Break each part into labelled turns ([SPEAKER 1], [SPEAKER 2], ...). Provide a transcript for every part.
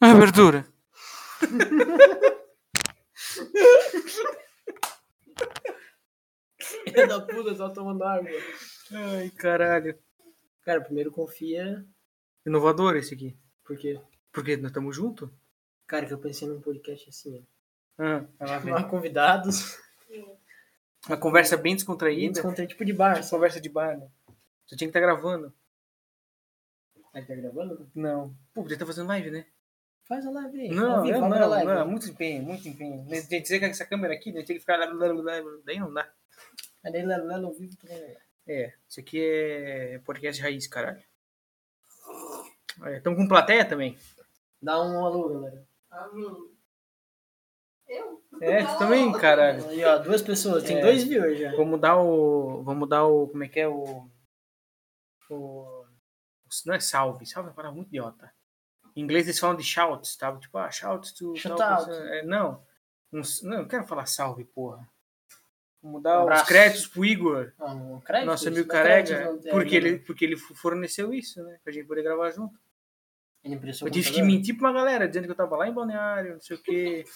[SPEAKER 1] na abertura.
[SPEAKER 2] Filha da puta, só tomando água.
[SPEAKER 1] Ai, caralho.
[SPEAKER 2] Cara, primeiro confia,
[SPEAKER 1] Inovador esse aqui.
[SPEAKER 2] porque.
[SPEAKER 1] Porque nós estamos juntos?
[SPEAKER 2] Cara, que eu pensei num podcast assim, ó.
[SPEAKER 1] Ah, vai lá ver.
[SPEAKER 2] Chamar convidados.
[SPEAKER 1] Uma conversa bem
[SPEAKER 2] E
[SPEAKER 1] descontraída.
[SPEAKER 2] descontar tipo de bar. Só...
[SPEAKER 1] Conversa de bar, né? Você tinha que estar gravando.
[SPEAKER 2] Ah, tá gravando?
[SPEAKER 1] Não. Pô, podia estar fazendo live, né?
[SPEAKER 2] Faz a live aí.
[SPEAKER 1] Não,
[SPEAKER 2] Ao vivo,
[SPEAKER 1] eu
[SPEAKER 2] abre a
[SPEAKER 1] não,
[SPEAKER 2] live.
[SPEAKER 1] não. Muito empenho, muito empenho. Né, Mas Tem que dizer que essa câmera aqui, né? Tem que ficar... lá, lá, lá, lá, Daí não dá.
[SPEAKER 2] Aí daí lá, lá no vivo também. né?
[SPEAKER 1] É, isso aqui é podcast raiz, caralho. Estamos com plateia também.
[SPEAKER 2] Dá um alô, galera.
[SPEAKER 3] Alô. Eu?
[SPEAKER 1] É, tu também, caralho.
[SPEAKER 2] Aí, ó, duas pessoas. Tem
[SPEAKER 1] É.
[SPEAKER 2] dois viewers já.
[SPEAKER 1] Vou mudar o. Vou mudar o. Como é que é o. O. Não é salve. Salve é uma palavra muito idiota. Em inglês eles falam de shouts, tá? Tipo, ah, shouts to.
[SPEAKER 2] Shout
[SPEAKER 1] tal
[SPEAKER 2] out.
[SPEAKER 1] pessoa. É, não. Não, s- não, eu quero falar salve, porra. Vou mudar os
[SPEAKER 2] Um Abraço.
[SPEAKER 1] créditos pro Igor,
[SPEAKER 2] Ah, um crédito,
[SPEAKER 1] nosso
[SPEAKER 2] isso,
[SPEAKER 1] amigo
[SPEAKER 2] mas crédito
[SPEAKER 1] careca,
[SPEAKER 2] não- é,
[SPEAKER 1] porque
[SPEAKER 2] não-
[SPEAKER 1] ele, porque ele fo- forneceu isso, né? Pra gente poder gravar junto.
[SPEAKER 2] Tá Ele impressou
[SPEAKER 1] Eu tive que
[SPEAKER 2] computador?
[SPEAKER 1] mentir pra uma galera, dizendo que eu tava lá em Balneário, não sei o quê.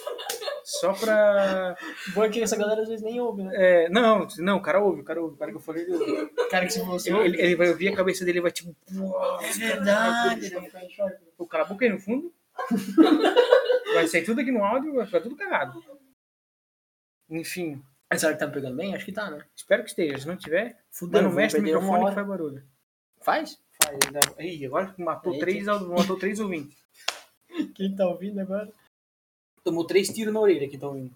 [SPEAKER 1] Só pra.
[SPEAKER 2] Bom é que essa galera às vezes nem ouve, né?
[SPEAKER 1] É, não, não, o cara ouve, o cara ouve, o cara que eu falei, ele ouve.
[SPEAKER 2] Cara que se você
[SPEAKER 1] Ele, ele- ele vai ouvir a cabeça dele vai tipo. "Uau,
[SPEAKER 2] É verdade, ele vai ficar em choque.
[SPEAKER 1] O cara boca aí no fundo. vai sair tudo aqui no áudio, vai ficar tudo cagado. Enfim,
[SPEAKER 2] Será que tá pegando bem? Acho que tá, né?
[SPEAKER 1] espero que esteja. Se não tiver,
[SPEAKER 2] Fudeu,
[SPEAKER 1] dando
[SPEAKER 2] vou
[SPEAKER 1] mexe no
[SPEAKER 2] perder uma
[SPEAKER 1] microfone que
[SPEAKER 2] hora.
[SPEAKER 1] faz barulho.
[SPEAKER 2] Faz?
[SPEAKER 1] Faz, dá- Ih, agora matou
[SPEAKER 2] Eita.
[SPEAKER 1] três, au- matou três ouvintes.
[SPEAKER 2] Quem tá ouvindo agora?
[SPEAKER 1] Tomou três tiros na orelha que estão ouvindo.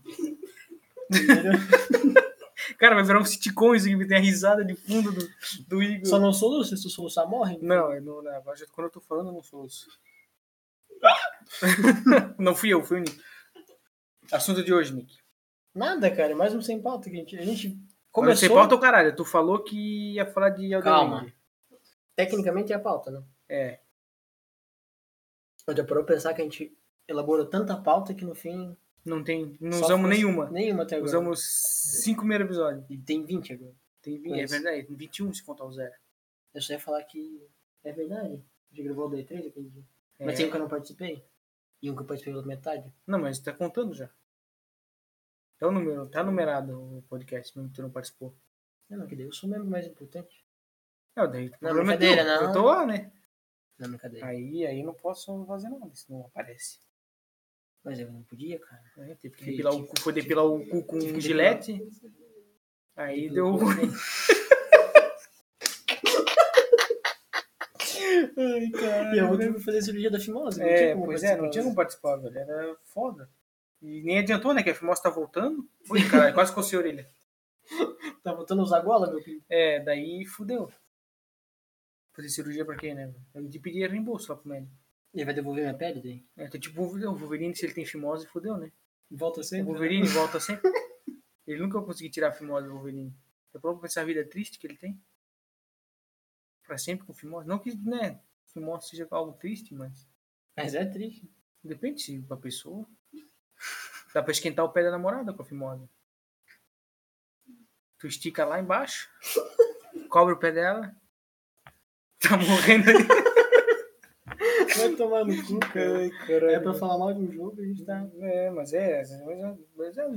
[SPEAKER 1] Cara, vai virar um sitcom isso aqui, tem a risada de fundo do, do Igor.
[SPEAKER 2] Só não soluça, se tu soluçar, morre.
[SPEAKER 1] Não, eu não, não, agora já- quando eu tô falando, eu não sou isso. não fui eu, fui o Nick. Assunto de hoje, Nick.
[SPEAKER 2] Nada, cara, é mais um sem pauta que a gente. A gente
[SPEAKER 1] Começou...
[SPEAKER 2] começou.
[SPEAKER 1] Você pauta o caralho. Tu falou que ia falar de Elden
[SPEAKER 2] é Calma.
[SPEAKER 1] Ring.
[SPEAKER 2] Tecnicamente é a pauta, né?
[SPEAKER 1] É.
[SPEAKER 2] Eu já parou pra pensar que a gente elaborou tanta pauta que no fim.
[SPEAKER 1] Não tem. Não
[SPEAKER 2] só
[SPEAKER 1] usamos
[SPEAKER 2] ficou-
[SPEAKER 1] nenhuma.
[SPEAKER 2] Nenhuma até agora.
[SPEAKER 1] Usamos cinco primeiros episódios.
[SPEAKER 2] E tem 20 agora.
[SPEAKER 1] Tem vinte-
[SPEAKER 2] Foi
[SPEAKER 1] é
[SPEAKER 2] isso.
[SPEAKER 1] verdade, tem 21 se contar o zero.
[SPEAKER 2] Eu só ia falar que. É verdade. A gente gravou o Day 3 aquele dia. Mas
[SPEAKER 1] É.
[SPEAKER 2] tem um que eu não participei. E um que eu participei pela metade.
[SPEAKER 1] Não, mas tá contando já. Tá, o número, tá numerado o podcast, mesmo que tu não participou.
[SPEAKER 2] Não, não, que daí eu sou o membro mais importante.
[SPEAKER 1] É, daí o
[SPEAKER 2] Não,
[SPEAKER 1] problema é
[SPEAKER 2] brincadeira,
[SPEAKER 1] teu.
[SPEAKER 2] não.
[SPEAKER 1] Eu tô lá, né?
[SPEAKER 2] Não, é brincadeira.
[SPEAKER 1] Aí, aí eu não posso fazer nada, se não aparece.
[SPEAKER 2] Mas eu não podia, cara.
[SPEAKER 1] Né? Teve que
[SPEAKER 2] Tive
[SPEAKER 1] depilar o
[SPEAKER 2] que-
[SPEAKER 1] cu, foi depilar o cu com
[SPEAKER 2] tive
[SPEAKER 1] um
[SPEAKER 2] que
[SPEAKER 1] gilete. Aí deu
[SPEAKER 2] Eu-
[SPEAKER 1] ruim. Ai,
[SPEAKER 2] E eu
[SPEAKER 1] caralho.
[SPEAKER 2] tive que fazer a cirurgia da fimose. não tinha
[SPEAKER 1] É,
[SPEAKER 2] como
[SPEAKER 1] pois é, não
[SPEAKER 2] participar né?
[SPEAKER 1] tinha
[SPEAKER 2] disso.
[SPEAKER 1] como participar, velho. Era foda. E nem adiantou, né? Que a Fimose tá voltando. Ui, caralho, quase cocei a orelha.
[SPEAKER 2] Tá voltando a usar gola, meu filho.
[SPEAKER 1] É, daí fudeu. Fazer cirurgia pra quê, né? Eu te pedir reembolso lá pro médico.
[SPEAKER 2] Ele vai devolver minha pele daí?
[SPEAKER 1] É, então, tipo, o Wolverine, se ele tem fimose, fudeu, né?
[SPEAKER 2] Volta
[SPEAKER 1] O
[SPEAKER 2] sempre.
[SPEAKER 1] Wolverine volta sempre. Ele nunca vai conseguir tirar a fimose do Wolverine. É pra pensar a vida triste que ele tem. Pra sempre com fimose. Não que, né, fimose seja algo triste, mas...
[SPEAKER 2] Mas é triste.
[SPEAKER 1] Depende se pra pessoa. Dá pra esquentar o pé da namorada com a fimose. Tu estica lá embaixo, cobre o pé dela, tá morrendo ali.
[SPEAKER 2] Vai tomar no cu, cara. É pra
[SPEAKER 1] caralho.
[SPEAKER 2] falar mal de um jogo, a gente tá.
[SPEAKER 1] É, mas é, mas é, mas é, mas é,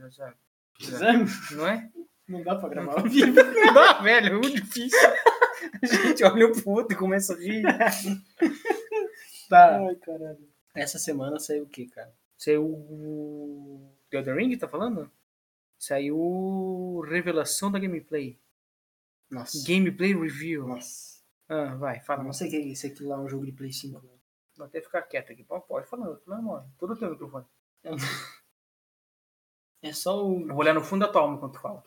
[SPEAKER 1] mas é,
[SPEAKER 2] Exame?
[SPEAKER 1] não é?
[SPEAKER 2] Não dá pra gravar ao vivo.
[SPEAKER 1] Não dá, velho, é muito difícil. A gente olha um pro outro e começa a rir.
[SPEAKER 2] Tá.
[SPEAKER 1] Ai, caralho.
[SPEAKER 2] Essa semana saiu o que, cara?
[SPEAKER 1] Saiu o. The Elden Ring, tá falando? Saiu Revelação da Gameplay.
[SPEAKER 2] Nossa.
[SPEAKER 1] Gameplay Review.
[SPEAKER 2] Nossa.
[SPEAKER 1] Ah, vai, fala.
[SPEAKER 2] Eu não sei que isso aqui lá é um jogo de Play 5. né?
[SPEAKER 1] Vou até ficar quieto aqui. Pode, pode falar, tu não é mole. Tudo teu microfone.
[SPEAKER 2] É só o.
[SPEAKER 1] Eu vou olhar no fundo da tua alma enquanto tu fala.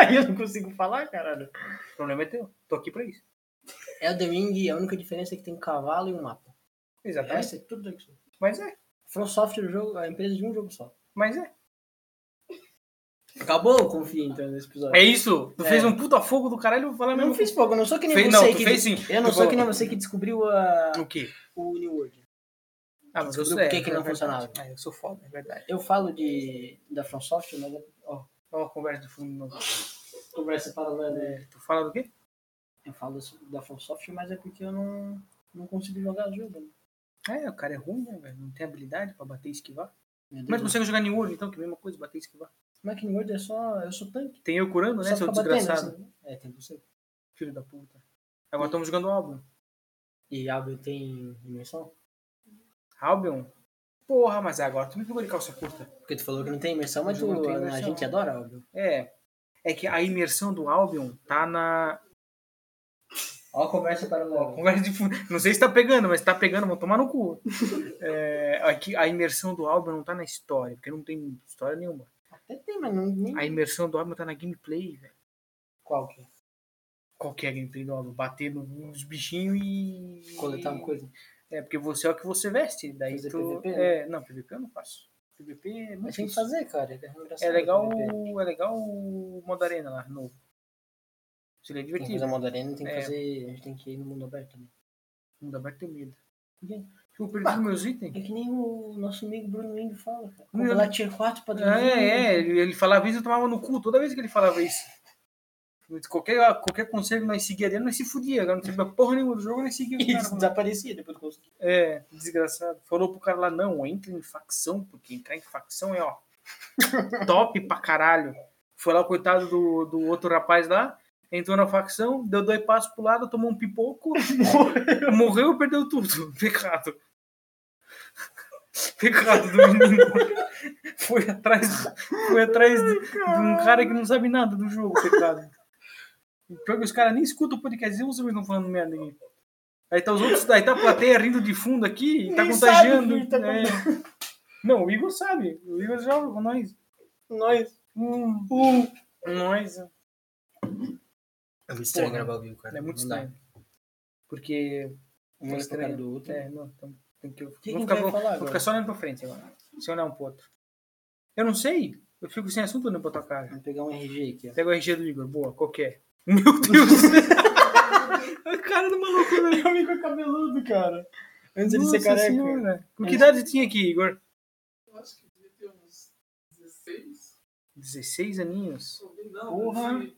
[SPEAKER 2] Aí eu não consigo falar, caralho.
[SPEAKER 1] O problema é teu. Tô aqui pra isso.
[SPEAKER 2] Elden Ring, a única diferença é que tem um cavalo e um mapa.
[SPEAKER 1] Exatamente.
[SPEAKER 2] Essa é tudo Dark Souls.
[SPEAKER 1] Mas é,
[SPEAKER 2] From Software, o jogo, a empresa de um jogo só.
[SPEAKER 1] mas é.
[SPEAKER 2] Acabou? Confia então nesse episódio.
[SPEAKER 1] É isso. Tu
[SPEAKER 2] É.
[SPEAKER 1] fez um puta fogo do caralho, eu vou falar
[SPEAKER 2] Eu não
[SPEAKER 1] mesmo.
[SPEAKER 2] fiz fogo, eu não sou que nem
[SPEAKER 1] Fez-
[SPEAKER 2] você
[SPEAKER 1] não, tu
[SPEAKER 2] que.
[SPEAKER 1] fez sim.
[SPEAKER 2] Eu não
[SPEAKER 1] Tu
[SPEAKER 2] sou
[SPEAKER 1] falou.
[SPEAKER 2] que nem você que descobriu a...
[SPEAKER 1] O quê?
[SPEAKER 2] o New World.
[SPEAKER 1] Ah, mas eu sou.
[SPEAKER 2] Descobriu por que
[SPEAKER 1] é,
[SPEAKER 2] que não
[SPEAKER 1] é verdade.
[SPEAKER 2] funcionava.
[SPEAKER 1] É, eu sou foda, é verdade.
[SPEAKER 2] Eu falo de da From Software, mas é, ó,
[SPEAKER 1] Ó, a conversa do fundo de novo.
[SPEAKER 2] conversa paralela. né?
[SPEAKER 1] Tu fala do quê?
[SPEAKER 2] Eu falo da From Software, mas é porque eu não, não consigo jogar o jogo. né?
[SPEAKER 1] É, o cara é ruim, né, velho? Não tem habilidade pra bater e esquivar.
[SPEAKER 2] Meu Deus.
[SPEAKER 1] Mas consegue jogar New World, então, que é a mesma coisa, bater e esquivar.
[SPEAKER 2] Mas que Word é só. Eu sou tanque.
[SPEAKER 1] Tem eu curando, né,
[SPEAKER 2] só
[SPEAKER 1] seu
[SPEAKER 2] ficar batendo,
[SPEAKER 1] desgraçado?
[SPEAKER 2] assim. É, tem você.
[SPEAKER 1] Filho da puta. Agora estamos jogando Albion.
[SPEAKER 2] E Abel tem imersão?
[SPEAKER 1] Albion? Porra, mas agora tu me pegou de calça curta.
[SPEAKER 2] Porque tu falou que não tem imersão, mas
[SPEAKER 1] Eu
[SPEAKER 2] tu,
[SPEAKER 1] não tenho
[SPEAKER 2] a
[SPEAKER 1] imersão.
[SPEAKER 2] gente adora Abel.
[SPEAKER 1] É. É que a imersão do Albion tá na.
[SPEAKER 2] Ó a conversa para logo.
[SPEAKER 1] Conversa de fu- Não sei se tá pegando, mas tá pegando, vão tomar no cu. É, aqui, a imersão do Albion não tá na história, porque não tem história nenhuma.
[SPEAKER 2] Até tem, mas não, nem.
[SPEAKER 1] A imersão do Albion tá na gameplay, velho.
[SPEAKER 2] Qual que é?
[SPEAKER 1] Qual que é a gameplay do Albion? Bater no- nos bichinhos e.
[SPEAKER 2] Coletar uma coisa.
[SPEAKER 1] É, porque você é o que você veste. Daí
[SPEAKER 2] Fazer
[SPEAKER 1] tu...
[SPEAKER 2] PVP, né?
[SPEAKER 1] é, Não, PVP eu não faço. PVP é
[SPEAKER 2] Mas
[SPEAKER 1] muito
[SPEAKER 2] tem que
[SPEAKER 1] difícil.
[SPEAKER 2] fazer, cara. É, engraçado
[SPEAKER 1] É legal,
[SPEAKER 2] também, né?
[SPEAKER 1] é legal o modo arena lá, novo. Seria
[SPEAKER 2] Tem que fazer
[SPEAKER 1] divertido.
[SPEAKER 2] a moda arena, tem que
[SPEAKER 1] É.
[SPEAKER 2] fazer. A gente tem que ir no mundo aberto também.
[SPEAKER 1] Não dá pra ter medo. Tipo,
[SPEAKER 2] Por quê?
[SPEAKER 1] Eu perdi
[SPEAKER 2] Ah,
[SPEAKER 1] meus
[SPEAKER 2] É
[SPEAKER 1] itens.
[SPEAKER 2] que nem o nosso amigo Bruno Lindo fala, cara.
[SPEAKER 1] Não,
[SPEAKER 2] Comprar tier 4 pra dormir.
[SPEAKER 1] É, é, ele ele falava isso, eu tomava no cu toda vez que ele falava isso. Qualquer, qualquer conselho que nós seguia dele, nós se fudia. Agora não sabia porra nenhuma do jogo, nós seguia o cara.
[SPEAKER 2] Isso tá. desaparecia depois do consegui.
[SPEAKER 1] É, desgraçado. Falou pro cara lá, não, entra em facção, porque entrar em facção é, ó, top pra caralho. Foi lá, o coitado do, do outro rapaz lá, entrou na facção, deu dois passos pro lado, tomou um pipoco, morreu, morreu e perdeu tudo. Pecado. Pecado do menino. Foi atrás, foi atrás de, de um cara que não sabe nada do jogo, pecado. Pior é que os caras nem escutam o podcast, eles estão falando merda aqui. Aí tá os outros, aí tá a plateia rindo de fundo aqui, e tá
[SPEAKER 2] Nem
[SPEAKER 1] contagiando.
[SPEAKER 2] sabe o que tá
[SPEAKER 1] É. Não, o Igor sabe. O Igor já com nós.
[SPEAKER 2] Nós.
[SPEAKER 1] Hum,
[SPEAKER 2] Um.
[SPEAKER 1] nós. É
[SPEAKER 2] É muito
[SPEAKER 1] estranho
[SPEAKER 2] estranho
[SPEAKER 1] gravar
[SPEAKER 2] gravar o vivo, cara.
[SPEAKER 1] muito estranho. Porque.
[SPEAKER 2] Um olha pra cara do outro.
[SPEAKER 1] É, não, então, tem que.
[SPEAKER 2] que
[SPEAKER 1] vou
[SPEAKER 2] a gente
[SPEAKER 1] ficar,
[SPEAKER 2] vai
[SPEAKER 1] vou-
[SPEAKER 2] falar
[SPEAKER 1] vou
[SPEAKER 2] agora?
[SPEAKER 1] ficar só olhando pra frente agora. Se olhar um pro outro. Eu não sei. Eu fico sem assunto olhando pra tua cara.
[SPEAKER 2] Vamos pegar um RG aqui, ó.
[SPEAKER 1] Pega o RG do Igor, boa, qualquer. Meu Deus! a cara do maluco, velho.
[SPEAKER 2] Meu amigo é cabeludo, cara. Antes ele
[SPEAKER 1] Nossa
[SPEAKER 2] ser careca.
[SPEAKER 1] senhora. Com que idade tinha aqui, Igor?
[SPEAKER 3] Eu acho que devia ter uns 16.
[SPEAKER 1] 16 aninhos.
[SPEAKER 3] Ou bem Não,
[SPEAKER 2] Porra.
[SPEAKER 3] não sei.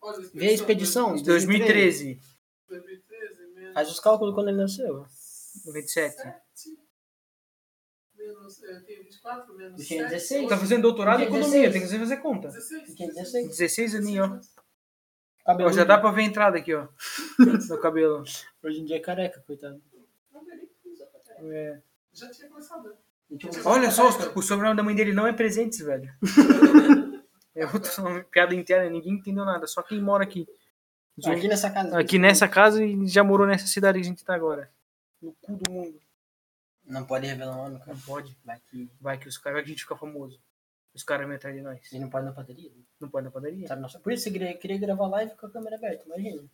[SPEAKER 3] Olha,
[SPEAKER 2] Vê a expedição.
[SPEAKER 1] é 2013.
[SPEAKER 3] 2013 menos.
[SPEAKER 2] Faz os cálculos quando ele nasceu.
[SPEAKER 1] 97.
[SPEAKER 3] sete, Menos, eu tenho 24 menos
[SPEAKER 2] Eu tinha
[SPEAKER 3] 7,
[SPEAKER 2] 16.
[SPEAKER 1] Tá fazendo doutorado em
[SPEAKER 2] Tinha
[SPEAKER 1] economia,
[SPEAKER 2] 16.
[SPEAKER 1] tem que fazer conta.
[SPEAKER 3] 16.
[SPEAKER 2] Tinha 16.
[SPEAKER 1] 16 aninhos, ó. Ó,
[SPEAKER 2] Cabeludo.
[SPEAKER 1] já dá pra ver a entrada aqui, ó. No cabelo.
[SPEAKER 2] Hoje em dia é careca, coitado.
[SPEAKER 3] Não, eu nem fiz a papel.
[SPEAKER 1] É.
[SPEAKER 3] Já tinha começado.
[SPEAKER 1] Olha só, o sobrenome da mãe dele não é presentes, velho. É outra uma piada interna, ninguém entendeu nada, só quem mora aqui.
[SPEAKER 2] Aqui nessa casa.
[SPEAKER 1] Aqui nessa casa e já morou nessa cidade que a gente tá agora. No cu do mundo.
[SPEAKER 2] Não pode revelar o nome, cara.
[SPEAKER 1] Não pode.
[SPEAKER 2] Vai que
[SPEAKER 1] Vai que os caras, vai que a gente fica famoso. Os caras vêm atrás de nós.
[SPEAKER 2] ele não pode ir na padaria. né?
[SPEAKER 1] Não pode na padaria?
[SPEAKER 2] Sabe, nossa. Por isso eu queria, queria gravar live com a câmera aberta, imagina.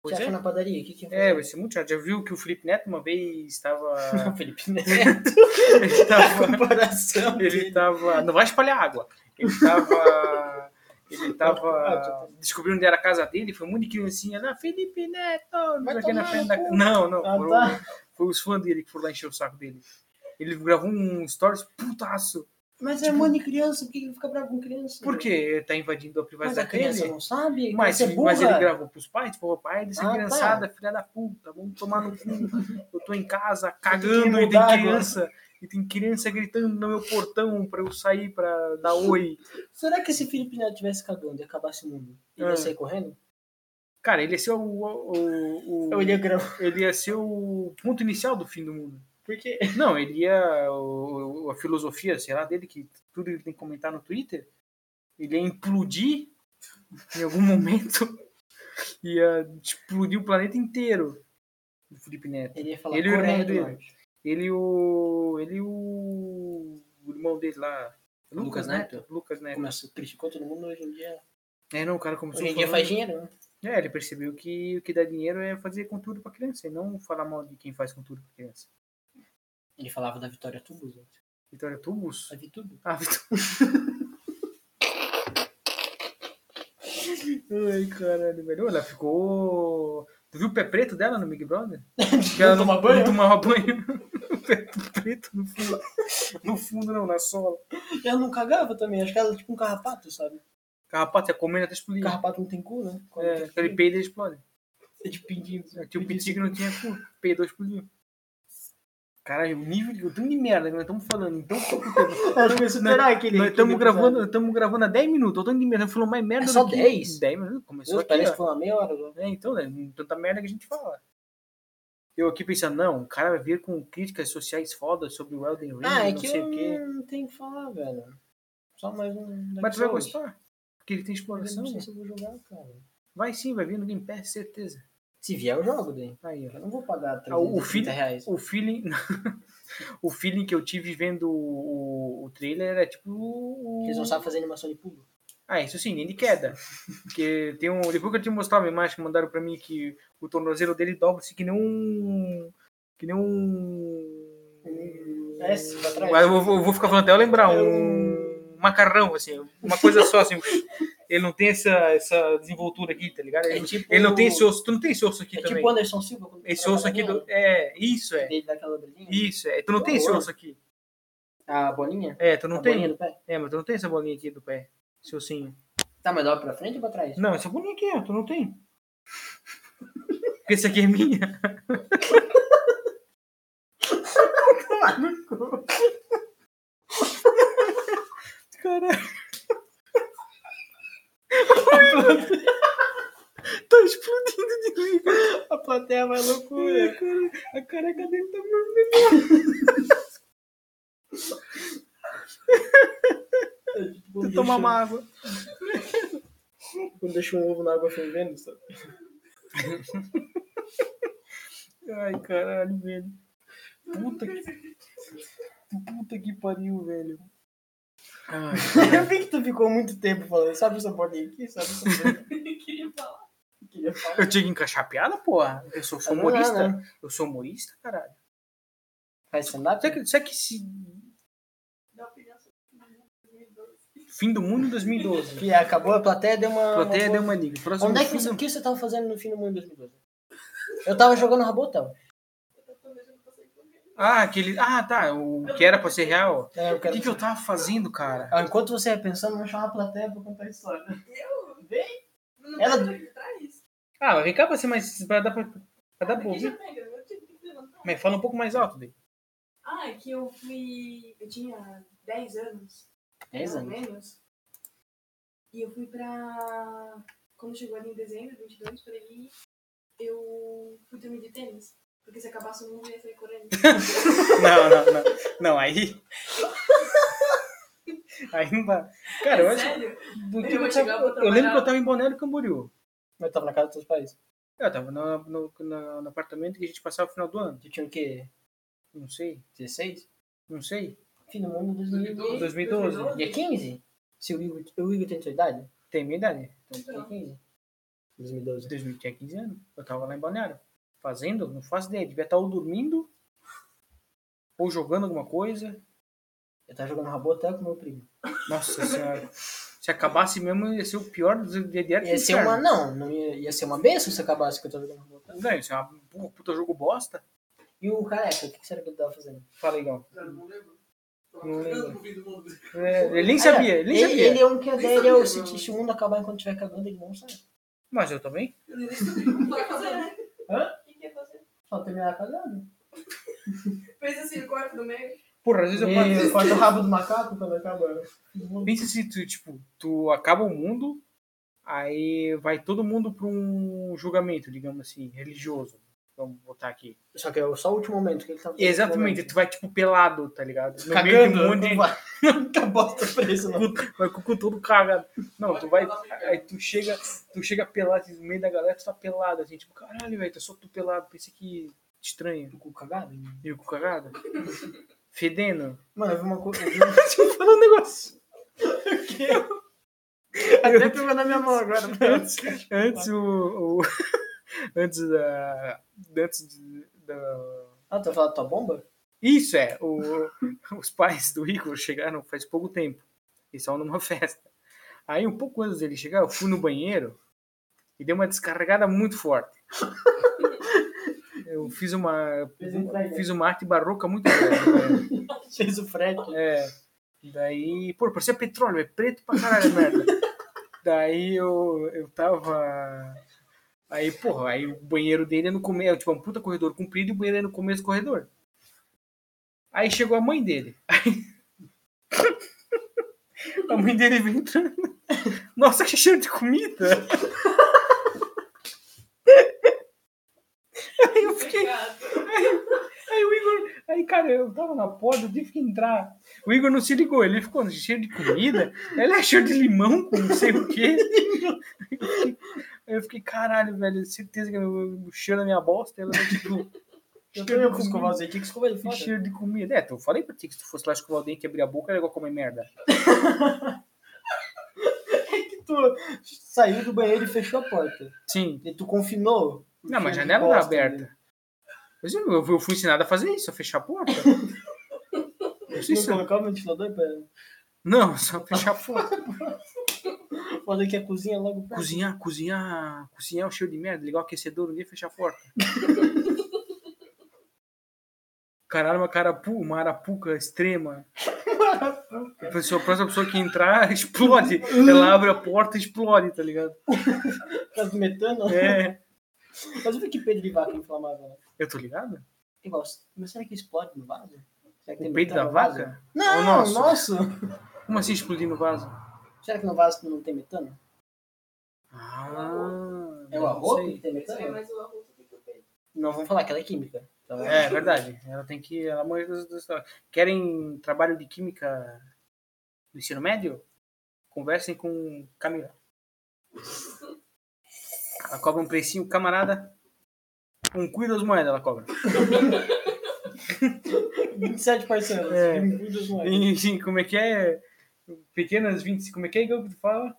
[SPEAKER 1] Pois
[SPEAKER 2] Você acha
[SPEAKER 1] é.
[SPEAKER 2] na padaria? O que, que ia
[SPEAKER 1] É,
[SPEAKER 2] fazer?
[SPEAKER 1] vai ser muito chato. Já viu que o Felipe Neto uma vez estava.
[SPEAKER 2] O Felipe Neto.
[SPEAKER 1] ele tava.
[SPEAKER 2] comparação.
[SPEAKER 1] Ele tá
[SPEAKER 2] dele.
[SPEAKER 1] tava. Não vai espalhar água. Ele tava. Ele tava. Descobriu onde era a casa dele, foi um monte de criancinha lá, Felipe Neto! Não,
[SPEAKER 2] Vai
[SPEAKER 1] sei o que na
[SPEAKER 2] tomar
[SPEAKER 1] frente
[SPEAKER 2] no
[SPEAKER 1] da...
[SPEAKER 2] cu.
[SPEAKER 1] não, não.
[SPEAKER 2] Ah,
[SPEAKER 1] foram-
[SPEAKER 2] tá.
[SPEAKER 1] Foi os fãs dele que foram lá encher o saco dele. Ele gravou um stories putaço.
[SPEAKER 2] Mas é mãe de criança, por que ele fica bravo com criança?
[SPEAKER 1] Por quê? Tá invadindo a
[SPEAKER 2] Mas
[SPEAKER 1] privacidade
[SPEAKER 2] a criança
[SPEAKER 1] dele?
[SPEAKER 2] não sabe?
[SPEAKER 1] Mas,
[SPEAKER 2] criança é burra.
[SPEAKER 1] mas ele gravou pros pais, pô, pai dessa
[SPEAKER 2] Ah, tá.
[SPEAKER 1] criançada, filha da puta, vamos tomar no cu. Eu tô em casa
[SPEAKER 2] Eu tô
[SPEAKER 1] cagando e
[SPEAKER 2] querendo
[SPEAKER 1] tem
[SPEAKER 2] água.
[SPEAKER 1] criança. E tem criança gritando no meu portão pra eu sair pra dar oi.
[SPEAKER 2] Será que se Felipe Neto tivesse cagando e acabasse o mundo, ele
[SPEAKER 1] Ah.
[SPEAKER 2] ia sair correndo?
[SPEAKER 1] Cara, ele ia ser o. o- o-
[SPEAKER 2] Eu ia gravar.
[SPEAKER 1] Ele ia ser o ponto inicial do fim do mundo.
[SPEAKER 2] Por quê?
[SPEAKER 1] Não, ele ia. o- o- a filosofia, sei lá, dele, que tudo ele tem que comentar no Twitter, ele ia implodir em algum momento. Ia explodir o planeta inteiro. O Felipe Neto.
[SPEAKER 2] Ele ia falar
[SPEAKER 1] Ele e o irmão
[SPEAKER 2] Coreia do
[SPEAKER 1] dele.
[SPEAKER 2] Norte.
[SPEAKER 1] Ele e o. Ele e o. O irmão dele lá. Lucas,
[SPEAKER 2] Lucas
[SPEAKER 1] Neto?
[SPEAKER 2] Neto?
[SPEAKER 1] Lucas Neto.
[SPEAKER 2] Começou, é criticou todo mundo hoje em dia.
[SPEAKER 1] É, não, o cara começou
[SPEAKER 2] Hoje em dia
[SPEAKER 1] falando-
[SPEAKER 2] faz dinheiro, né?
[SPEAKER 1] É, ele percebeu que o que dá dinheiro é fazer conteúdo pra criança e não falar mal de quem faz conteúdo pra criança.
[SPEAKER 2] Ele falava da Vitória Tubos, né?
[SPEAKER 1] Vitória Tubos?
[SPEAKER 2] A Vitubo.
[SPEAKER 1] Ah, Vitória. Ai, caralho, velho. Ela ficou. Tu viu o pé preto dela no Big Brother? Que ela
[SPEAKER 2] Não toma banho?
[SPEAKER 1] Não tomava banho. O pé preto no fundo. No fundo, não, na sola.
[SPEAKER 2] E Ela não cagava também, acho que ela é tipo um carrapato, sabe?
[SPEAKER 1] Carrapato é comendo até explodir.
[SPEAKER 2] Carrapato não tem cu, né? Quando
[SPEAKER 1] É,
[SPEAKER 2] tem
[SPEAKER 1] aquele
[SPEAKER 2] cu,
[SPEAKER 1] peido ele explode.
[SPEAKER 2] é de pinguinho.
[SPEAKER 1] um Tinha o Piti que não tinha cu. Peidou explodiu. Caralho, o nível de. O tanto de merda que nós estamos falando. Então, pouco
[SPEAKER 2] Eu
[SPEAKER 1] tempo.
[SPEAKER 2] Acho que é- vai superar aquele.
[SPEAKER 1] Nós
[SPEAKER 2] aquele
[SPEAKER 1] estamos
[SPEAKER 2] episódio.
[SPEAKER 1] gravando, estamos gravando há 10 minutos. O tanto de merda. Nós falamos mais merda
[SPEAKER 2] só
[SPEAKER 1] do
[SPEAKER 2] 10?
[SPEAKER 1] que 10 minutos. Começou
[SPEAKER 2] Deus,
[SPEAKER 1] aqui,
[SPEAKER 2] parece
[SPEAKER 1] ó.
[SPEAKER 2] que foi uma meia hora agora.
[SPEAKER 1] É, então, né? Tanta merda que a gente fala. Eu aqui pensando, não, o cara vai vir com críticas sociais fodas sobre o Elden Ring,
[SPEAKER 2] Ah, é
[SPEAKER 1] não
[SPEAKER 2] que
[SPEAKER 1] sei
[SPEAKER 2] eu
[SPEAKER 1] o quê.
[SPEAKER 2] não tenho o que falar, velho. Só mais um. Dark
[SPEAKER 1] Mas tu vai
[SPEAKER 2] Souls.
[SPEAKER 1] gostar. Porque ele tem
[SPEAKER 2] Eu
[SPEAKER 1] exploração.
[SPEAKER 2] não sei se eu vou jogar, cara.
[SPEAKER 1] Vai sim, vai vir no Game Pass, certeza. Tá
[SPEAKER 2] Se vier, eu jogo, daí.
[SPEAKER 1] Aí, ó.
[SPEAKER 2] Eu não vou pagar
[SPEAKER 1] Ah, o
[SPEAKER 2] 30
[SPEAKER 1] filho-
[SPEAKER 2] reais.
[SPEAKER 1] O feeling. o feeling que eu tive vendo o, o trailer é tipo. o-
[SPEAKER 2] Eles não sabem fazer animação de pulo.
[SPEAKER 1] Ah, isso sim, nem de queda. Porque tem um. Depois que eu te mostrar uma imagem que mandaram pra mim que o tornozelo dele dobra-se que nem um. Que nem um.
[SPEAKER 2] É, se pra trás. É
[SPEAKER 1] Mas eu vou- eu vou ficar falando até eu lembrar, um macarrão, assim, uma coisa só, assim. Ele não tem essa, essa desenvoltura aqui, tá ligado?
[SPEAKER 2] É
[SPEAKER 1] Ele,
[SPEAKER 2] tipo-
[SPEAKER 1] ele não tem esse osso, tu não tem esse osso aqui
[SPEAKER 2] É
[SPEAKER 1] também.
[SPEAKER 2] tipo o Anderson Silva. quando Uhum.
[SPEAKER 1] Esse
[SPEAKER 2] tava
[SPEAKER 1] osso aqui do.
[SPEAKER 2] caminhando,
[SPEAKER 1] É, isso é.
[SPEAKER 2] Ele dá aquela dobradinha.
[SPEAKER 1] Isso é. Tu não tem esse osso aqui.
[SPEAKER 2] A bolinha?
[SPEAKER 1] É, tu não
[SPEAKER 2] a bolinha
[SPEAKER 1] tem.
[SPEAKER 2] do pé?
[SPEAKER 1] É, mas tu não tem essa bolinha aqui do pé. Esse ossinho.
[SPEAKER 2] Tá, mas dobra pra frente ou pra trás?
[SPEAKER 1] Não, essa bolinha aqui, ó, tu não tem. Porque essa aqui é minha. Caralho. tá explodindo de rir.
[SPEAKER 2] A plateia vai
[SPEAKER 1] Ai, cara, a careca dele tá vermelha.
[SPEAKER 2] Quando
[SPEAKER 1] Toma
[SPEAKER 2] deixa-
[SPEAKER 1] uma água.
[SPEAKER 2] Quando deixa um ovo na água fervendo, sabe?
[SPEAKER 1] Ai, caralho, velho. Puta que. Puta que pariu, velho. Ai,
[SPEAKER 2] Eu vi que tu ficou muito tempo falando. Sabe essa bolinha aqui? Sabe essa bolinha aqui?
[SPEAKER 3] queria falar.
[SPEAKER 2] Queria falar.
[SPEAKER 1] eu tinha que encaixar a piada, porra. Eu sou, sou
[SPEAKER 2] Não,
[SPEAKER 1] humorista.
[SPEAKER 2] não,
[SPEAKER 1] Eu sou humorista, caralho.
[SPEAKER 2] Faz stand-up?
[SPEAKER 1] Será que, será que se.
[SPEAKER 3] Dá opinião sobre o filme de 2012.
[SPEAKER 1] Fim do mundo em 2012.
[SPEAKER 2] Que acabou, a plateia deu uma... uma
[SPEAKER 1] Plateia
[SPEAKER 2] boa-
[SPEAKER 1] deu uma liga. Próximo
[SPEAKER 2] Onde é que
[SPEAKER 1] fim
[SPEAKER 2] você, o
[SPEAKER 1] do-
[SPEAKER 2] que você tava fazendo no fim do mundo em 2012? Eu tava jogando Rabotel.
[SPEAKER 3] Eu tô planejando passar em correr.
[SPEAKER 1] Ah, aquele. Ah, tá. O que era pra ser real.
[SPEAKER 2] É, eu
[SPEAKER 1] O
[SPEAKER 2] quero...
[SPEAKER 1] que, que eu tava fazendo, cara?
[SPEAKER 2] Ah, Enquanto você ia pensando, eu vou chamar a plateia pra contar a história.
[SPEAKER 3] Eu?
[SPEAKER 2] Vem.
[SPEAKER 3] Não
[SPEAKER 2] Ela-
[SPEAKER 3] dá pra evitar isso.
[SPEAKER 1] Ah, mas vem cá pra ser mais. Pra dar pra, pra dar pra
[SPEAKER 3] Aqui já
[SPEAKER 1] ouvir.
[SPEAKER 3] pega, eu tive que levantar.
[SPEAKER 1] Mas fala um pouco mais alto dele.
[SPEAKER 3] Ah, é que eu fui. Eu tinha 10 anos. mais
[SPEAKER 2] 10
[SPEAKER 3] ou
[SPEAKER 2] anos.
[SPEAKER 3] menos. E eu fui pra. Quando chegou ali em dezembro, 22, por aí, eu fui dormir de tênis. Porque se acabasse o mundo, eu ia sair correndo.
[SPEAKER 1] Não, não, não. Não, aí. Aí não dá. Cara, eu acho.
[SPEAKER 3] É Sério?
[SPEAKER 1] do que
[SPEAKER 3] Eu vou
[SPEAKER 1] eu,
[SPEAKER 3] chegar,
[SPEAKER 1] tava-
[SPEAKER 3] eu vou
[SPEAKER 1] eu lembro
[SPEAKER 3] trabalhar.
[SPEAKER 1] que eu tava em Boné do Camboriú.
[SPEAKER 2] Mas tava na casa dos seus pais.
[SPEAKER 1] Eu tava no, no, na- no apartamento que a gente passava o final do ano.
[SPEAKER 2] Tu tinha o quê?
[SPEAKER 1] Não sei,
[SPEAKER 2] 16?
[SPEAKER 1] não sei.
[SPEAKER 2] Fim do mundo em 2012.
[SPEAKER 1] 2012.
[SPEAKER 2] Dia 15? Se o Igor, o Igor tem sua idade?
[SPEAKER 1] Tem um minha idade.
[SPEAKER 2] Então, dia 15. 2012.
[SPEAKER 1] 2000 tinha 15 anos. Eu tava lá em Balneário. Fazendo, não faço ideia. Devia estar ou dormindo, ou jogando alguma coisa.
[SPEAKER 2] Eu tava jogando Rabotel com meu primo.
[SPEAKER 1] Nossa senhora. Se acabasse mesmo, ia ser o pior dos dia direto.
[SPEAKER 2] Ia ser uma. Não, não ia, ia ser uma benção se acabasse que eu tava jogando Rabotel.
[SPEAKER 1] Não, isso é uma porra, puta jogo bosta.
[SPEAKER 2] E o careca, o que que será que ele tava fazendo?
[SPEAKER 1] Fala, Igão.
[SPEAKER 3] Não lembro.
[SPEAKER 1] Não lembro.
[SPEAKER 3] do mundo.
[SPEAKER 1] É, ele nem sabia, ele nem
[SPEAKER 2] ele,
[SPEAKER 1] sabia.
[SPEAKER 2] ele é um que é
[SPEAKER 3] Nem
[SPEAKER 2] dele, ele é o
[SPEAKER 3] sabia,
[SPEAKER 2] se, se o mundo acabar enquanto estiver cagando, ele não sabe.
[SPEAKER 1] Mas eu também.
[SPEAKER 3] Eu nem sabia o que ia fazer, né?
[SPEAKER 2] Hã?
[SPEAKER 3] O que que ia fazer?
[SPEAKER 2] Só terminar cagando.
[SPEAKER 3] Fez assim, o corte do meio.
[SPEAKER 1] Porra, às vezes eu faço.
[SPEAKER 2] E corta o rabo do macaco quando acaba. o mundo.
[SPEAKER 1] Pensa se tu, tipo, tu acaba o mundo, aí vai todo mundo pra um julgamento, digamos assim, religioso. Vamos botar aqui.
[SPEAKER 2] Só que é só o último momento que ele tava.
[SPEAKER 1] Exatamente, tu vai tipo pelado, tá ligado? No meio
[SPEAKER 2] Cagando,
[SPEAKER 1] de um monte de
[SPEAKER 2] Tá bosta preso, mano.
[SPEAKER 1] Vai com o cu todo cagado. Não, tu vai. Aí tu chega, tu chega pelado assim, no meio da galera, tu tá pelado, assim, tipo, caralho, velho, tá só tu pelado, pensa que estranho.
[SPEAKER 2] O cu cagado?
[SPEAKER 1] E o cu cagado? Fedendo.
[SPEAKER 2] Mano, eu vi uma coisa.
[SPEAKER 1] Deixa eu falar um negócio.
[SPEAKER 2] Até pegou na minha mão agora.
[SPEAKER 1] Antes, antes o. o- antes da. Antes de- da.
[SPEAKER 2] Ah, tu falando tua bomba?
[SPEAKER 1] Isso é, o- os pais do Igor chegaram faz pouco tempo. E só numa festa. Aí, um pouco antes dele chegar, eu fui no banheiro e dei uma descarregada muito forte. Eu fiz uma.
[SPEAKER 2] Fez um prego.
[SPEAKER 1] Fiz uma arte barroca muito boa. no banheiro.
[SPEAKER 2] Fez o frete.
[SPEAKER 1] É. Daí, pô, parecia petróleo, é preto pra caralho, merda. Daí eu, eu tava. Aí, é porra, aí o banheiro dele é no começo. Tipo, é um puta corredor comprido e o banheiro é no começo do corredor. Aí chegou a mãe dele. Aí- A mãe dele vem entrando. Nossa, que cheiro de comida! Aí eu fiquei. Aí o Igor. Aí, cara, eu tava na porta, eu tive que entrar. O Igor não se ligou, ele ficou no cheiro de comida. Ele é cheiro de limão com não sei o quê. Aí eu fiquei, caralho, velho, certeza que é o o cheiro da minha bosta. Ela tipo. cheiro de
[SPEAKER 2] Eu tenho que
[SPEAKER 1] comida.
[SPEAKER 2] escovar os dentes, tinha que escovar ele
[SPEAKER 1] Que
[SPEAKER 2] fora.
[SPEAKER 1] cheiro de comida. É, tu- eu falei pra ti que se tu fosse lá escovar o dente e abrir a boca, era igual comer merda.
[SPEAKER 2] que tu saiu do banheiro e fechou a porta.
[SPEAKER 1] Sim.
[SPEAKER 2] E tu confinou. o
[SPEAKER 1] Não, mas a
[SPEAKER 2] cheiro de
[SPEAKER 1] janela tá
[SPEAKER 2] é bosta né?
[SPEAKER 1] aberta.
[SPEAKER 2] dele.
[SPEAKER 1] Mas eu, eu fui ensinado a fazer isso, a fechar a porta. Não sei
[SPEAKER 2] Não
[SPEAKER 1] se...
[SPEAKER 2] colocar o ventilador pra
[SPEAKER 1] Não, só fechar a porta.
[SPEAKER 2] fazer que a cozinha logo perto.
[SPEAKER 1] Cozinhar, cozinhar, cozinhar o cheiro de merda, ligar o aquecedor um dia e fechar a porta. Caralho, uma carapu, uma arapuca extrema. A, pessoa, a próxima pessoa que entrar explode. Ela abre a porta e explode, tá ligado?
[SPEAKER 2] Por causa do metano.
[SPEAKER 1] É.
[SPEAKER 2] Mas eu vi que peido de vaca inflamável, né?
[SPEAKER 1] Eu tô ligado?
[SPEAKER 2] Igual, mas será que explode no vaso? Será que
[SPEAKER 1] O
[SPEAKER 2] tem
[SPEAKER 1] peito da
[SPEAKER 2] metano no vaso?
[SPEAKER 1] vaca?
[SPEAKER 2] Não,
[SPEAKER 1] Ou
[SPEAKER 2] nosso.
[SPEAKER 1] nosso? Como assim explodir no vaso?
[SPEAKER 2] Será que no vaso não tem metano?
[SPEAKER 1] Ah,
[SPEAKER 2] É o
[SPEAKER 1] não
[SPEAKER 2] arroz
[SPEAKER 1] sei.
[SPEAKER 2] que tem
[SPEAKER 3] Isso é
[SPEAKER 2] metano?
[SPEAKER 3] mais o arroz do que o peito.
[SPEAKER 2] Não, vamos falar que ela é química. Então,
[SPEAKER 1] É verdade. Ela tem que. Ela manja das das histórias. Querem trabalho de química do ensino médio? Conversem com Camila. Ela cobra um precinho, camarada. Um cuida das moedas, ela cobra.
[SPEAKER 2] 27 parcelas.
[SPEAKER 1] É.
[SPEAKER 2] tem muitas moedas.
[SPEAKER 1] E, e como é que é? Pequenas 20. Como é que é Igor, que tu fala?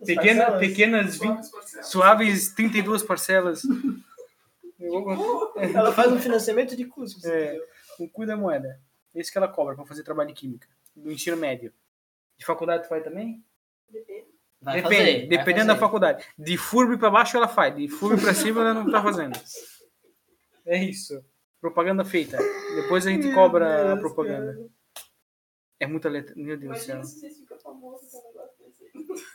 [SPEAKER 2] As
[SPEAKER 1] Pequena,
[SPEAKER 2] parcelas.
[SPEAKER 1] pequenas 20.
[SPEAKER 3] Suaves parcelas.
[SPEAKER 1] Suaves 32 parcelas. Eu vou-
[SPEAKER 2] Ela faz um financiamento de custos.
[SPEAKER 1] É.
[SPEAKER 2] entendeu?
[SPEAKER 1] o cu da moeda. Esse É que ela cobra pra fazer trabalho de química. Do ensino médio. De faculdade tu faz também?
[SPEAKER 3] Depende.
[SPEAKER 2] Vai
[SPEAKER 1] Depende,
[SPEAKER 2] fazer, vai
[SPEAKER 1] dependendo da
[SPEAKER 2] fazer.
[SPEAKER 1] faculdade. De furb pra baixo ela faz, de furb pra cima ela não tá fazendo. É isso. Propaganda feita. Depois a gente
[SPEAKER 2] Meu
[SPEAKER 1] cobra a
[SPEAKER 2] Deus,
[SPEAKER 1] propaganda.
[SPEAKER 2] cara.
[SPEAKER 1] É muita letra. Meu Deus do céu.
[SPEAKER 3] Imagina se vocês ficam famosos
[SPEAKER 4] é
[SPEAKER 3] com um negócio desse.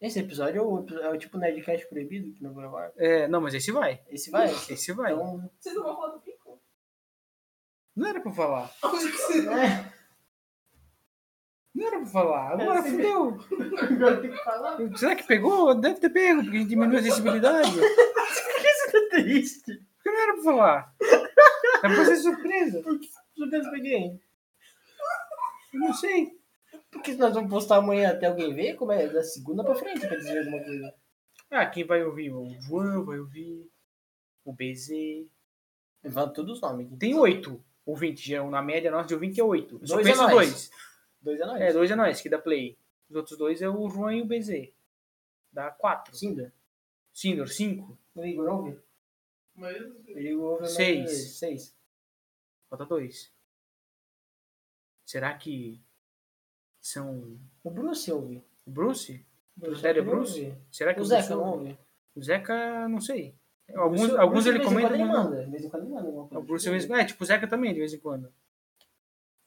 [SPEAKER 2] Esse episódio é o, é o tipo Nerdcast proibido que não vou gravar.
[SPEAKER 1] É, não, mas esse vai.
[SPEAKER 2] Esse vai?
[SPEAKER 1] Esse vai.
[SPEAKER 2] Então,
[SPEAKER 3] Vocês não vão falar do bico?
[SPEAKER 1] Não era pra falar.
[SPEAKER 2] é.
[SPEAKER 1] Não era pra falar. Agora
[SPEAKER 2] Esse-
[SPEAKER 1] fudeu.
[SPEAKER 2] Agora tem que falar.
[SPEAKER 1] Será que pegou? Deve ter pego, porque a gente diminuiu a sensibilidade. Porque
[SPEAKER 2] Isso é triste.
[SPEAKER 1] não era pra falar. Era pra ser surpresa.
[SPEAKER 2] Surpresa pra quem?
[SPEAKER 1] Eu não sei.
[SPEAKER 2] Porque se nós vamos postar amanhã até alguém ver, como é? Da segunda pra frente pra dizer alguma coisa.
[SPEAKER 1] Ah, quem vai ouvir? O João vai ouvir. O BZ.
[SPEAKER 2] Levanta todos os nomes aqui.
[SPEAKER 1] Tem oito ouvintes. já, Na média nossa de ouvinte é oito. Eu Só
[SPEAKER 2] Dois é
[SPEAKER 1] penso
[SPEAKER 2] nós.
[SPEAKER 1] dois.
[SPEAKER 2] Dois é nós.
[SPEAKER 1] É, dois é nós que dá play. Os outros dois é o Juan e o BZ. Dá quatro.
[SPEAKER 2] Cinda.
[SPEAKER 1] Sindor, cinco.
[SPEAKER 2] O Igor ouve?
[SPEAKER 3] Mas
[SPEAKER 2] Ele ouve mais
[SPEAKER 1] Seis.
[SPEAKER 2] Seis.
[SPEAKER 1] Falta dois. Será que são
[SPEAKER 2] O Bruce ouve.
[SPEAKER 1] o Bruce?
[SPEAKER 2] O Bruce
[SPEAKER 1] Sério,
[SPEAKER 2] ouve.
[SPEAKER 1] Bruce? Será que
[SPEAKER 2] O
[SPEAKER 1] o
[SPEAKER 2] Zeca
[SPEAKER 1] Zeca?
[SPEAKER 2] não ouve.
[SPEAKER 1] O Zeca, não sei.
[SPEAKER 2] O
[SPEAKER 1] Alguns,
[SPEAKER 2] Bruce-
[SPEAKER 1] alguns
[SPEAKER 2] Bruce
[SPEAKER 1] ele
[SPEAKER 2] de vez em
[SPEAKER 1] comenta,
[SPEAKER 2] quando
[SPEAKER 1] mas
[SPEAKER 2] ele
[SPEAKER 1] não.
[SPEAKER 2] manda. De vez em quando ele manda alguma
[SPEAKER 1] O
[SPEAKER 2] coisa.
[SPEAKER 1] Bruce, de vez em quando- é, tipo, o Zeca também, de vez em quando.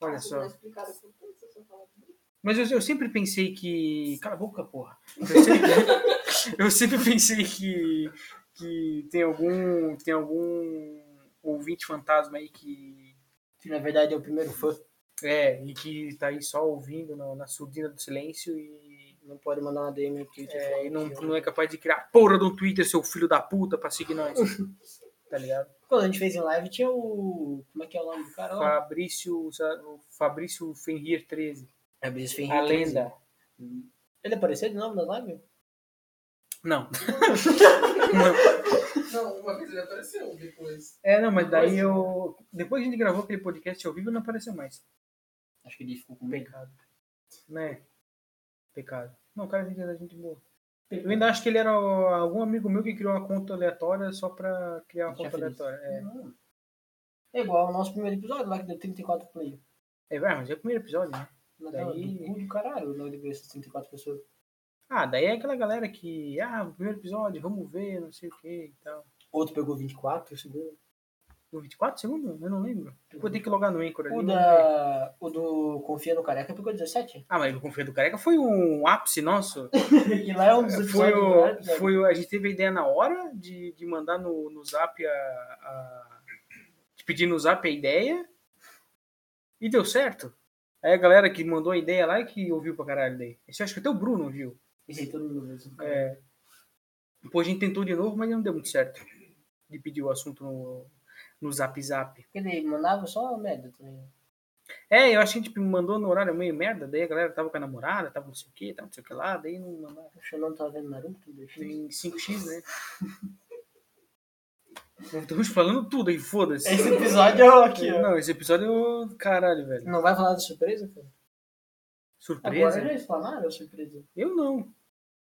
[SPEAKER 4] Ah,
[SPEAKER 1] Olha só.
[SPEAKER 3] Explicado por que vocês vão falar do bico.
[SPEAKER 1] Mas eu, eu sempre pensei que. Cala a boca, porra! Eu sempre, eu sempre pensei que, que tem algum. Tem algum ouvinte fantasma aí que.
[SPEAKER 2] Que na verdade é o primeiro fã.
[SPEAKER 1] É, e que tá aí só ouvindo na, na surdina do silêncio e.
[SPEAKER 2] Não pode mandar uma DM tipo, no Twitter.
[SPEAKER 1] é, e não,
[SPEAKER 2] falando que-
[SPEAKER 1] não é capaz de criar porra do Twitter, seu filho da puta, pra seguir nós. Tá ligado?
[SPEAKER 2] Quando a gente fez em live tinha o. Como é que é o nome do cara? lá?
[SPEAKER 1] Fabrício. o Fabrício Fenrir 13.
[SPEAKER 2] Fabrício Ferreira.
[SPEAKER 1] A lenda.
[SPEAKER 2] Ele apareceu de novo na live?
[SPEAKER 1] Não.
[SPEAKER 4] Não, uma vez ele apareceu depois.
[SPEAKER 1] É, não, mas daí eu. Depois a gente gravou aquele podcast ao vivo e não apareceu mais.
[SPEAKER 2] Acho que ele ficou com medo.
[SPEAKER 1] Pecado. Né? Pecado. Não, o cara é gente- é gente boa. Eu ainda acho que ele era o- algum amigo meu que criou uma conta aleatória só pra criar uma
[SPEAKER 2] Deixar
[SPEAKER 1] conta
[SPEAKER 2] feliz.
[SPEAKER 1] aleatória. É,
[SPEAKER 2] É igual ao nosso primeiro episódio lá que deu 34 play.
[SPEAKER 1] é vai, mas é o primeiro episódio, né?
[SPEAKER 2] Na
[SPEAKER 1] Daí-
[SPEAKER 2] tela do cu do caralho, não liberou essas 34 pessoas.
[SPEAKER 1] Ah, daí é aquela galera que, ah, o primeiro episódio, vamos ver, não sei o que e tal.
[SPEAKER 2] Outro pegou 24, o segundo.
[SPEAKER 1] No 24 segundos? Eu não lembro. Vou ter que logar no Anchor ali.
[SPEAKER 2] O,
[SPEAKER 1] vamos ver.
[SPEAKER 2] da... o do Confia no Careca pegou 17.
[SPEAKER 1] Ah, mas o Confia do Careca foi um ápice nosso.
[SPEAKER 2] E lá é um dos
[SPEAKER 1] Foi
[SPEAKER 2] episódios. lá,
[SPEAKER 1] o,
[SPEAKER 2] episódio.
[SPEAKER 1] foi o- a gente teve a ideia na hora de, de mandar no, no zap a, a- de pedir no zap a ideia. E deu certo. Aí a galera que mandou a ideia lá e que ouviu pra caralho daí. Esse eu acho que até o Bruno ouviu.
[SPEAKER 2] Isso aí todo mundo mesmo.
[SPEAKER 1] É. Depois a gente tentou de novo, mas não deu muito certo. De pedir o assunto no, no zap zap.
[SPEAKER 2] Ele mandava só merda também.
[SPEAKER 1] É, eu acho que a gente mandou no horário meio merda, daí a galera tava com a namorada, tava não sei o que, tava não sei o que lá, daí não mandava.
[SPEAKER 2] Acho que eu não tava vendo Naruto. deixa eu ver.
[SPEAKER 1] Tem 5x, né? Nós Estamos falando tudo aí, foda-se.
[SPEAKER 2] Esse episódio é o aqui, ó.
[SPEAKER 1] Não, esse episódio, eu- caralho, velho.
[SPEAKER 2] Não vai falar da surpresa, cara? Agora
[SPEAKER 1] Surpresa?
[SPEAKER 2] já explanaram a surpresa.
[SPEAKER 1] Eu não.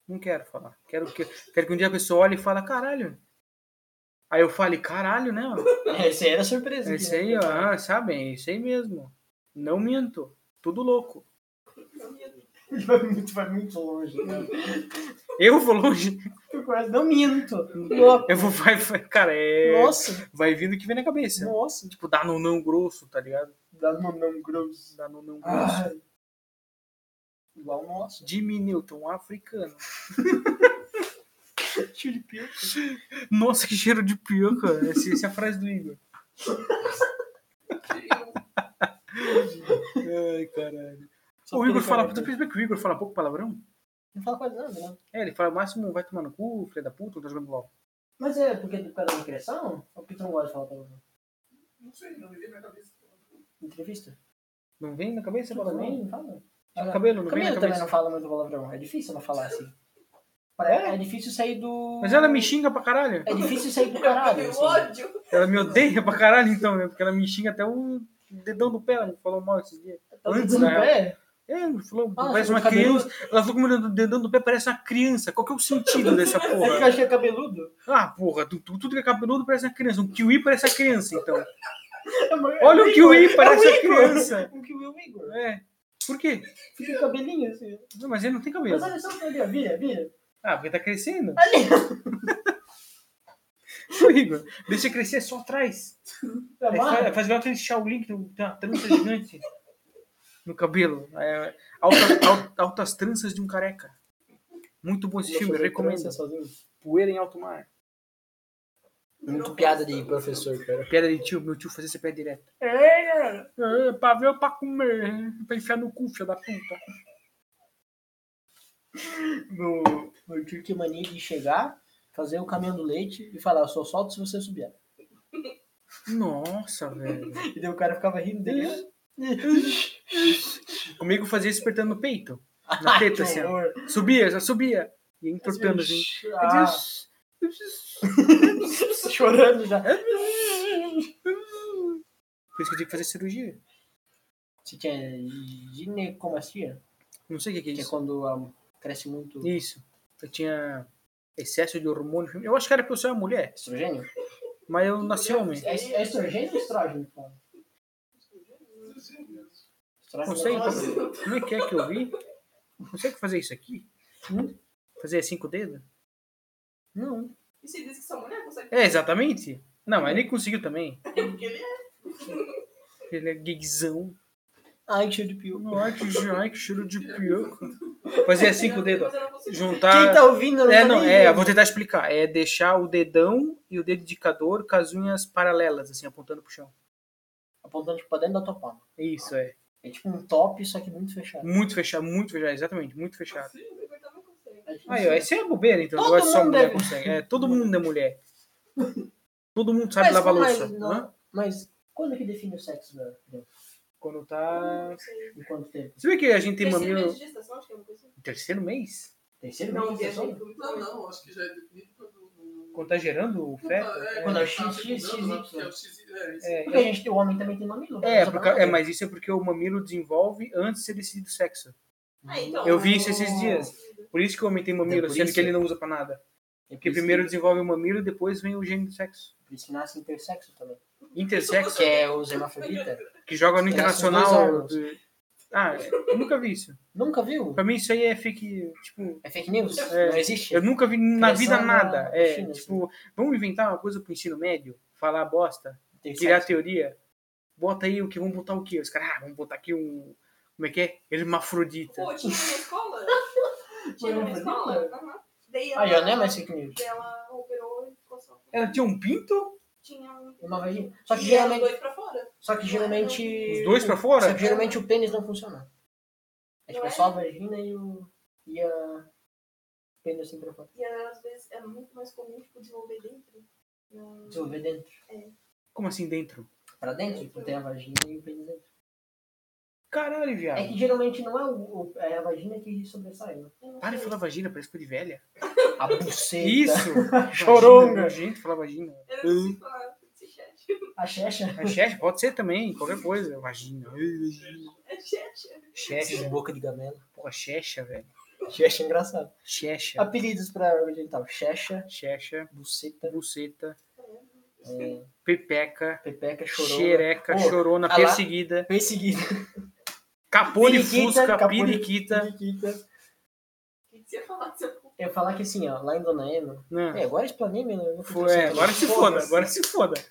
[SPEAKER 1] Não quero falar. Quero que, quero que um dia a pessoa olhe e fale, caralho. Aí eu fale, caralho, né? ó.
[SPEAKER 2] É, Esse aí era a surpresa. né?
[SPEAKER 1] É
[SPEAKER 2] que
[SPEAKER 1] isso aí, ó. Ah, sabem, é isso aí mesmo. Não minto. Tudo louco.
[SPEAKER 2] Vai muito, vai muito longe. Né?
[SPEAKER 1] Eu vou longe.
[SPEAKER 2] Eu quase não minto. Louco.
[SPEAKER 1] Eu vou, vai, vai- cara, é.
[SPEAKER 2] Nossa,
[SPEAKER 1] Vai vindo o que vem na cabeça.
[SPEAKER 2] nossa.
[SPEAKER 1] Tipo, dá no não grosso, tá ligado?
[SPEAKER 2] Dá um nome grosso.
[SPEAKER 1] Dá no não grosso.
[SPEAKER 2] Ai. Igual nosso.
[SPEAKER 1] Jimmy Newton, um africano.
[SPEAKER 2] Tiro de pio.
[SPEAKER 1] Nossa, que cheiro de pioca. Essa, essa é a frase do Igor. Ai, caralho. o Igor fala. Tu percebeu que o Igor fala pouco palavrão?
[SPEAKER 2] Não fala quase nada, né?
[SPEAKER 1] É, ele fala o máximo vai tomar no cu, filha da puta, não tá jogando LOL.
[SPEAKER 2] Mas é porque por causa da criação? Ou porque tu não gosta de falar palavrão?
[SPEAKER 4] Não sei, não me veio na cabeça.
[SPEAKER 2] Entrevista?
[SPEAKER 1] Não vem na cabeça
[SPEAKER 2] Você
[SPEAKER 1] palavrão?
[SPEAKER 2] também não fala?
[SPEAKER 1] Ah, cabelo, não vem na
[SPEAKER 2] Camila também
[SPEAKER 1] cabeça.
[SPEAKER 2] não fala muito palavrão. É difícil não falar assim. É, é difícil sair do.
[SPEAKER 1] Mas ela me xinga pra caralho.
[SPEAKER 2] É difícil sair do caralho.
[SPEAKER 4] Meu
[SPEAKER 2] Assim.
[SPEAKER 4] ódio!
[SPEAKER 1] Ela me odeia pra caralho, então, né? Porque ela me xinga até o dedão do pé. Ela me falou mal esses dias.
[SPEAKER 2] Tá
[SPEAKER 1] Antes,
[SPEAKER 2] dando
[SPEAKER 1] né?
[SPEAKER 2] pé?
[SPEAKER 1] É, me falou,
[SPEAKER 2] Ah,
[SPEAKER 1] parece
[SPEAKER 2] você
[SPEAKER 1] uma
[SPEAKER 2] tem cabelo?
[SPEAKER 1] criança. Ela falou que o dedão do pé parece uma criança. Qual que é o sentido dessa
[SPEAKER 2] É porque
[SPEAKER 1] porra?
[SPEAKER 2] eu achei cabeludo.
[SPEAKER 1] Ah, porra, tu- tu- tudo que é cabeludo parece uma criança. Um kiwi parece uma criança, então.
[SPEAKER 2] É uma- é
[SPEAKER 1] Olha
[SPEAKER 2] um
[SPEAKER 1] o
[SPEAKER 2] Igor,
[SPEAKER 1] kiwi, parece
[SPEAKER 2] é um
[SPEAKER 1] uma
[SPEAKER 2] Igor.
[SPEAKER 1] criança.
[SPEAKER 2] Um kiwi é um Igor.
[SPEAKER 1] É. Por quê?
[SPEAKER 2] Fica o cabelinho assim.
[SPEAKER 1] Não, mas ele não tem cabelo.
[SPEAKER 2] Mas é olha só ali, ó. Vira, vira.
[SPEAKER 1] Ah, porque tá crescendo.
[SPEAKER 2] Ali.
[SPEAKER 1] Ô, Igor, deixa crescer só atrás.
[SPEAKER 2] Tá
[SPEAKER 1] Aí
[SPEAKER 2] marra.
[SPEAKER 1] faz, faz igual aquele Shaolin que tem um, tem uma trança gigante no cabelo. É, alta- al- altas tranças de um careca. Muito bom esse
[SPEAKER 2] Vou
[SPEAKER 1] filme,
[SPEAKER 2] fazer
[SPEAKER 1] recomendo.
[SPEAKER 2] criança sozinho.
[SPEAKER 1] Poeira em alto mar.
[SPEAKER 2] É Muito piada de professor, cara.
[SPEAKER 1] Piada de tio, meu tio fazia esse pé direto. É, é pra ver ou pra comer, hein? pra enfiar no cu, filho da puta.
[SPEAKER 2] Meu, meu tio tinha mania de chegar, fazer o caminho do leite e falar, eu só solto se você subir.
[SPEAKER 1] Nossa, velho.
[SPEAKER 2] E daí o cara ficava rindo dele.
[SPEAKER 1] Comigo fazia despertando no peito. Na teta, assim. ó. Subia, já subia. E entortando assim.
[SPEAKER 2] Ah, chorando já.
[SPEAKER 1] Por isso que eu tinha que fazer cirurgia.
[SPEAKER 2] Você tinha ginecomastia?
[SPEAKER 1] Não sei o que que é
[SPEAKER 2] Que é
[SPEAKER 1] isso.
[SPEAKER 2] quando ah, cresce muito
[SPEAKER 1] Isso. Eu tinha excesso de hormônio. Eu acho que era porque eu sou uma mulher,
[SPEAKER 2] estrogênio?
[SPEAKER 1] mas eu nasci homem.
[SPEAKER 2] É, é estrogênio ou estrógeno? que fala? Estrógeno
[SPEAKER 1] Não sei
[SPEAKER 2] é
[SPEAKER 1] como, como é que é que eu vi. Não sei o que fazer isso aqui.
[SPEAKER 2] Hum?
[SPEAKER 1] Fazer cinco dedos?
[SPEAKER 2] Não.
[SPEAKER 4] E se diz que sua mulher consegue
[SPEAKER 1] É, exatamente. Não, mas nem conseguiu também.
[SPEAKER 4] porque ele é.
[SPEAKER 1] Ele é gayzão.
[SPEAKER 2] Ai, cheio Ah, de pio.
[SPEAKER 1] Ai, que, che- ai, que cheiro de pioco.
[SPEAKER 2] é
[SPEAKER 1] Fazer cinco dedos.
[SPEAKER 4] Mas eu não consigo.
[SPEAKER 1] Juntar.
[SPEAKER 2] Quem tá ouvindo não
[SPEAKER 1] É,
[SPEAKER 2] tá
[SPEAKER 1] não,
[SPEAKER 2] nem
[SPEAKER 1] é, eu
[SPEAKER 2] vendo.
[SPEAKER 1] vou tentar explicar. É deixar o dedão e o dedo indicador com as unhas paralelas, assim, apontando pro chão.
[SPEAKER 2] Apontando tipo, pra dentro da tua palma.
[SPEAKER 1] Isso, é.
[SPEAKER 2] É tipo um top, só que muito fechado.
[SPEAKER 1] Muito fechado, muito fechado, exatamente, muito fechado.
[SPEAKER 4] Sim, eu também consigo.
[SPEAKER 1] Aí, ó, essa é bobeira, então.
[SPEAKER 2] Todo
[SPEAKER 1] Agora só
[SPEAKER 2] mundo
[SPEAKER 1] mulher
[SPEAKER 2] deve-
[SPEAKER 1] consegue. É, todo mundo é mulher. Todo mundo sabe lavar
[SPEAKER 2] mas, é
[SPEAKER 1] louça. né? Hã?
[SPEAKER 2] não, mas quando é que define o sexo da criança?
[SPEAKER 1] Quando
[SPEAKER 4] Não
[SPEAKER 1] tá.
[SPEAKER 4] sei.
[SPEAKER 2] Em quanto tempo?
[SPEAKER 1] Você vê que a gente tem
[SPEAKER 4] Terceiro mês
[SPEAKER 1] mamilo.
[SPEAKER 4] de gestação, acho que é uma coisa assim.
[SPEAKER 1] Terceiro mês?
[SPEAKER 2] Terceiro
[SPEAKER 4] Não,
[SPEAKER 2] mês?
[SPEAKER 4] viajei.
[SPEAKER 2] terceiro?
[SPEAKER 4] Não,
[SPEAKER 3] Não,
[SPEAKER 4] não, acho que já é definido quando.
[SPEAKER 1] Quando tá gerando o feto?
[SPEAKER 2] Quando é o
[SPEAKER 4] tá
[SPEAKER 2] X, X,
[SPEAKER 4] fecundando, né?
[SPEAKER 2] X,
[SPEAKER 4] Porque é o X, é isso.
[SPEAKER 1] É,
[SPEAKER 2] Porque a gente, o homem também tem mamilo.
[SPEAKER 1] é, é,
[SPEAKER 2] só tá
[SPEAKER 1] por
[SPEAKER 2] pra
[SPEAKER 1] ca- é,
[SPEAKER 2] mulher.
[SPEAKER 1] mas isso é porque o mamilo desenvolve antes de ser decidido o sexo.
[SPEAKER 4] Ah, então.
[SPEAKER 1] Eu vi isso
[SPEAKER 2] Oh.
[SPEAKER 1] esses dias. Por isso que o homem tem mamilo,
[SPEAKER 2] por
[SPEAKER 1] sendo
[SPEAKER 2] isso?
[SPEAKER 1] que ele não usa pra nada.
[SPEAKER 2] É por
[SPEAKER 1] Porque
[SPEAKER 2] isso que-
[SPEAKER 1] primeiro desenvolve o mamilo e depois vem o gene do sexo.
[SPEAKER 2] Por isso que nasce intersexo também.
[SPEAKER 1] Intersexo,
[SPEAKER 2] Que é os hermafrodita.
[SPEAKER 1] que joga no
[SPEAKER 2] Nasce
[SPEAKER 1] internacional.
[SPEAKER 2] dois órgãos.
[SPEAKER 1] Ah, eu nunca vi isso.
[SPEAKER 2] Nunca viu?
[SPEAKER 1] Pra mim isso aí é fake, tipo,
[SPEAKER 2] É fake news?
[SPEAKER 1] É.
[SPEAKER 2] Não existe?
[SPEAKER 1] eu nunca vi na
[SPEAKER 2] Criação
[SPEAKER 1] vida
[SPEAKER 2] na-
[SPEAKER 1] nada.
[SPEAKER 2] na
[SPEAKER 1] É,
[SPEAKER 2] China, assim.
[SPEAKER 1] tipo, vamos inventar uma coisa pro ensino médio, falar bosta,
[SPEAKER 2] Intersexo.
[SPEAKER 1] criar teoria. Bota aí o que, vamos botar o que? Os caras, ah, vamos botar aqui um, como é que é? Hermafrodita.
[SPEAKER 4] Pô, tinha na minha escola. Tinha na
[SPEAKER 2] Foi
[SPEAKER 4] minha
[SPEAKER 2] uma
[SPEAKER 4] escola. Aham. Daí
[SPEAKER 2] Ah, já não é
[SPEAKER 4] ela.
[SPEAKER 2] mais fake news.
[SPEAKER 4] daí Ela operou e ficou só.
[SPEAKER 1] Ela tinha um pinto?
[SPEAKER 4] Tinha um.
[SPEAKER 2] É Uma vagina. Só que
[SPEAKER 4] E eram
[SPEAKER 2] geralmente...
[SPEAKER 4] dois pra fora.
[SPEAKER 2] Só que geralmente.
[SPEAKER 1] Os dois pra fora?
[SPEAKER 2] Só que geralmente o pênis não funciona. É tipo
[SPEAKER 4] Não é?
[SPEAKER 2] só a vagina e o. E a. O pênis assim pra fora.
[SPEAKER 4] E às vezes é muito mais comum, tipo, desenvolver dentro. Não.
[SPEAKER 2] Desenvolver dentro.
[SPEAKER 1] Como assim dentro?
[SPEAKER 2] Pra dentro, tipo, tem a vagina e o pênis dentro.
[SPEAKER 1] Caralho, viado.
[SPEAKER 2] É que geralmente não é, o, o- é a vagina que sobressai, né?
[SPEAKER 4] Eu não
[SPEAKER 1] Para de
[SPEAKER 4] sei.
[SPEAKER 1] falar vagina, parece coisa de velha.
[SPEAKER 2] A buceta.
[SPEAKER 1] Isso!
[SPEAKER 2] Choronga.
[SPEAKER 1] Gente, falar vagina.
[SPEAKER 4] Eu não sei falar esse chat.
[SPEAKER 2] A checha.
[SPEAKER 1] É chefe, pode ser também, qualquer coisa. Vagina.
[SPEAKER 4] É chat.
[SPEAKER 1] Chefe,
[SPEAKER 2] boca de gamela.
[SPEAKER 1] porra, checha, velho.
[SPEAKER 2] Checha é engraçado.
[SPEAKER 1] Checha.
[SPEAKER 2] Apelidos pra órgão genital. Checha,
[SPEAKER 1] Checha,
[SPEAKER 2] buceta,
[SPEAKER 1] buceta,
[SPEAKER 2] é,
[SPEAKER 1] pepeca,
[SPEAKER 2] pepeca, chorona.
[SPEAKER 1] xereca,
[SPEAKER 2] Pô,
[SPEAKER 1] chorona,
[SPEAKER 2] a lá-
[SPEAKER 1] perseguida,
[SPEAKER 2] Perseguida.
[SPEAKER 1] capô de
[SPEAKER 2] Periquita,
[SPEAKER 1] fusca,
[SPEAKER 2] capô de-
[SPEAKER 1] periquita.
[SPEAKER 2] periquita.
[SPEAKER 4] O que que você ia falar do seu cu?
[SPEAKER 2] Eu falar que assim, ó, lá em Dona Ema.
[SPEAKER 1] Não.
[SPEAKER 2] É, agora explanei, meu. eu vou
[SPEAKER 1] Foi, é,
[SPEAKER 2] fazer
[SPEAKER 1] agora
[SPEAKER 2] isso
[SPEAKER 1] se
[SPEAKER 2] aqui.
[SPEAKER 1] foda, agora se foda.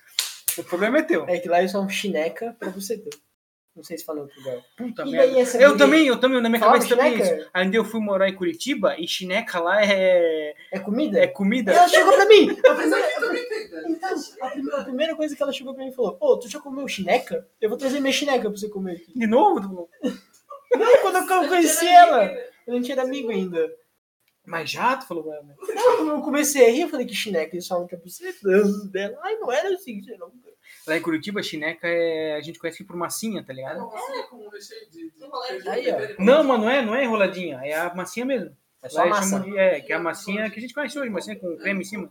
[SPEAKER 1] O problema é teu.
[SPEAKER 2] É que lá eles são chineca pra buceta. Não sei se falou outro lugar.
[SPEAKER 1] Puta
[SPEAKER 2] E
[SPEAKER 1] merda.
[SPEAKER 2] daí essa
[SPEAKER 1] Eu
[SPEAKER 2] guria?
[SPEAKER 1] também, eu também, na minha
[SPEAKER 2] Fala,
[SPEAKER 1] cabeça também é
[SPEAKER 2] chineca?
[SPEAKER 1] isso. Ainda eu fui morar em Curitiba e chineca lá é,
[SPEAKER 2] É comida?
[SPEAKER 1] é
[SPEAKER 2] E
[SPEAKER 1] comida.
[SPEAKER 2] ela chegou pra mim! A primeira,
[SPEAKER 5] né?
[SPEAKER 4] Não
[SPEAKER 2] então, a primeira- a primeira coisa que ela chegou pra mim e falou: Ô, tu já comeu chineca? Eu vou trazer minha chineca pra você comer aqui.
[SPEAKER 1] De novo?
[SPEAKER 2] Não, quando eu- quando eu conheci ela, eu não tinha amigo ainda.
[SPEAKER 1] Mas já, tu falou, mano.
[SPEAKER 2] Não, eu comecei a rir, eu falei que chineca, eles falam que é buceta dela. Ai, não era assim, você não.
[SPEAKER 1] Lá em Curitiba, chineca é. A gente conhece aqui por massinha, tá ligado?
[SPEAKER 5] Você com um recheio de. de-
[SPEAKER 4] Enrolar
[SPEAKER 5] de-
[SPEAKER 2] Aí,
[SPEAKER 5] de-
[SPEAKER 2] ó.
[SPEAKER 5] de-
[SPEAKER 1] Não, mas não é, não é enroladinha, é a massinha mesmo.
[SPEAKER 2] É
[SPEAKER 1] Lá
[SPEAKER 2] só
[SPEAKER 1] eles
[SPEAKER 2] massa.
[SPEAKER 1] chamam de- é, que é a massinha que a gente conhece hoje, massinha com creme em cima.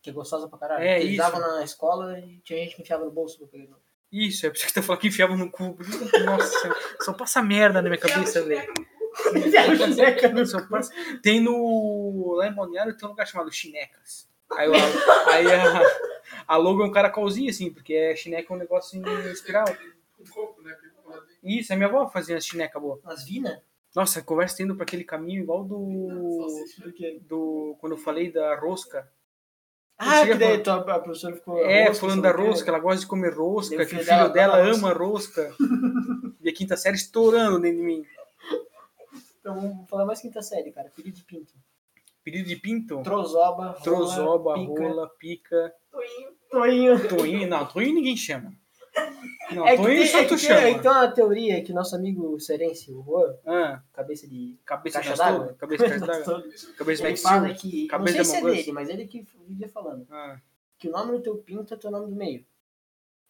[SPEAKER 2] Que é gostosa pra caralho.
[SPEAKER 1] É,
[SPEAKER 2] Eles
[SPEAKER 1] isso.
[SPEAKER 2] davam na escola e tinha gente que enfiava no bolso pra pegar.
[SPEAKER 1] Isso, é por isso que tu falou que enfiava no cu. Nossa, só passa merda na minha cabeça, velho.
[SPEAKER 2] Enfiava chineca no
[SPEAKER 1] Só passa- Tem no. Lá em Balneário tem um lugar chamado Chinecas. Aí, o- aí a, a logo é um caracolzinho, assim, porque é chineca é um negócio em espiral.
[SPEAKER 5] Um coco, né? que fica lá dentro.
[SPEAKER 1] Isso, a minha avó fazia as chineca boa.
[SPEAKER 2] As vina?
[SPEAKER 1] Nossa, a conversa tendo pra aquele caminho igual do. do quando eu falei da rosca.
[SPEAKER 2] Ah,
[SPEAKER 1] chega
[SPEAKER 2] que daí tua- a professora ficou.
[SPEAKER 1] É,
[SPEAKER 2] rosca,
[SPEAKER 1] falando
[SPEAKER 2] sei
[SPEAKER 1] da
[SPEAKER 2] lá o quê.
[SPEAKER 1] rosca, ela gosta de comer rosca,
[SPEAKER 2] Daí o
[SPEAKER 1] que o
[SPEAKER 2] filho
[SPEAKER 1] filho
[SPEAKER 2] dela
[SPEAKER 1] dela,
[SPEAKER 2] adora
[SPEAKER 1] ama rosca. e a quinta série estourando dentro de mim.
[SPEAKER 2] Então vamos falar mais quinta série, cara. Filho de pinto.
[SPEAKER 1] Pedido de pinto?
[SPEAKER 2] Trozoba, rola,
[SPEAKER 1] Trozoba,
[SPEAKER 2] pica.
[SPEAKER 1] rola, pica.
[SPEAKER 4] Toinho.
[SPEAKER 2] Toinho.
[SPEAKER 1] Toinho, não, Toinho ninguém chama. Não,
[SPEAKER 2] É que
[SPEAKER 1] Toinho
[SPEAKER 2] tem,
[SPEAKER 1] só
[SPEAKER 2] é
[SPEAKER 1] tu
[SPEAKER 2] que tem-
[SPEAKER 1] chama.
[SPEAKER 2] é que tem uma teoria que nosso amigo Serense, o Juan,
[SPEAKER 1] Ah,
[SPEAKER 2] cabeça de.
[SPEAKER 1] cabeça
[SPEAKER 2] Caixa
[SPEAKER 1] de
[SPEAKER 2] d'água?
[SPEAKER 1] castor, cabeça de caixa d'água, cabeça de
[SPEAKER 2] Ele
[SPEAKER 1] Maxil.
[SPEAKER 2] fala que. Não
[SPEAKER 1] cabeça
[SPEAKER 2] sei
[SPEAKER 1] de
[SPEAKER 2] se é
[SPEAKER 1] mongoço.
[SPEAKER 2] dele, mas ele que vivia falando.
[SPEAKER 1] Ah,
[SPEAKER 2] Que o nome do teu pinto é teu nome do meio.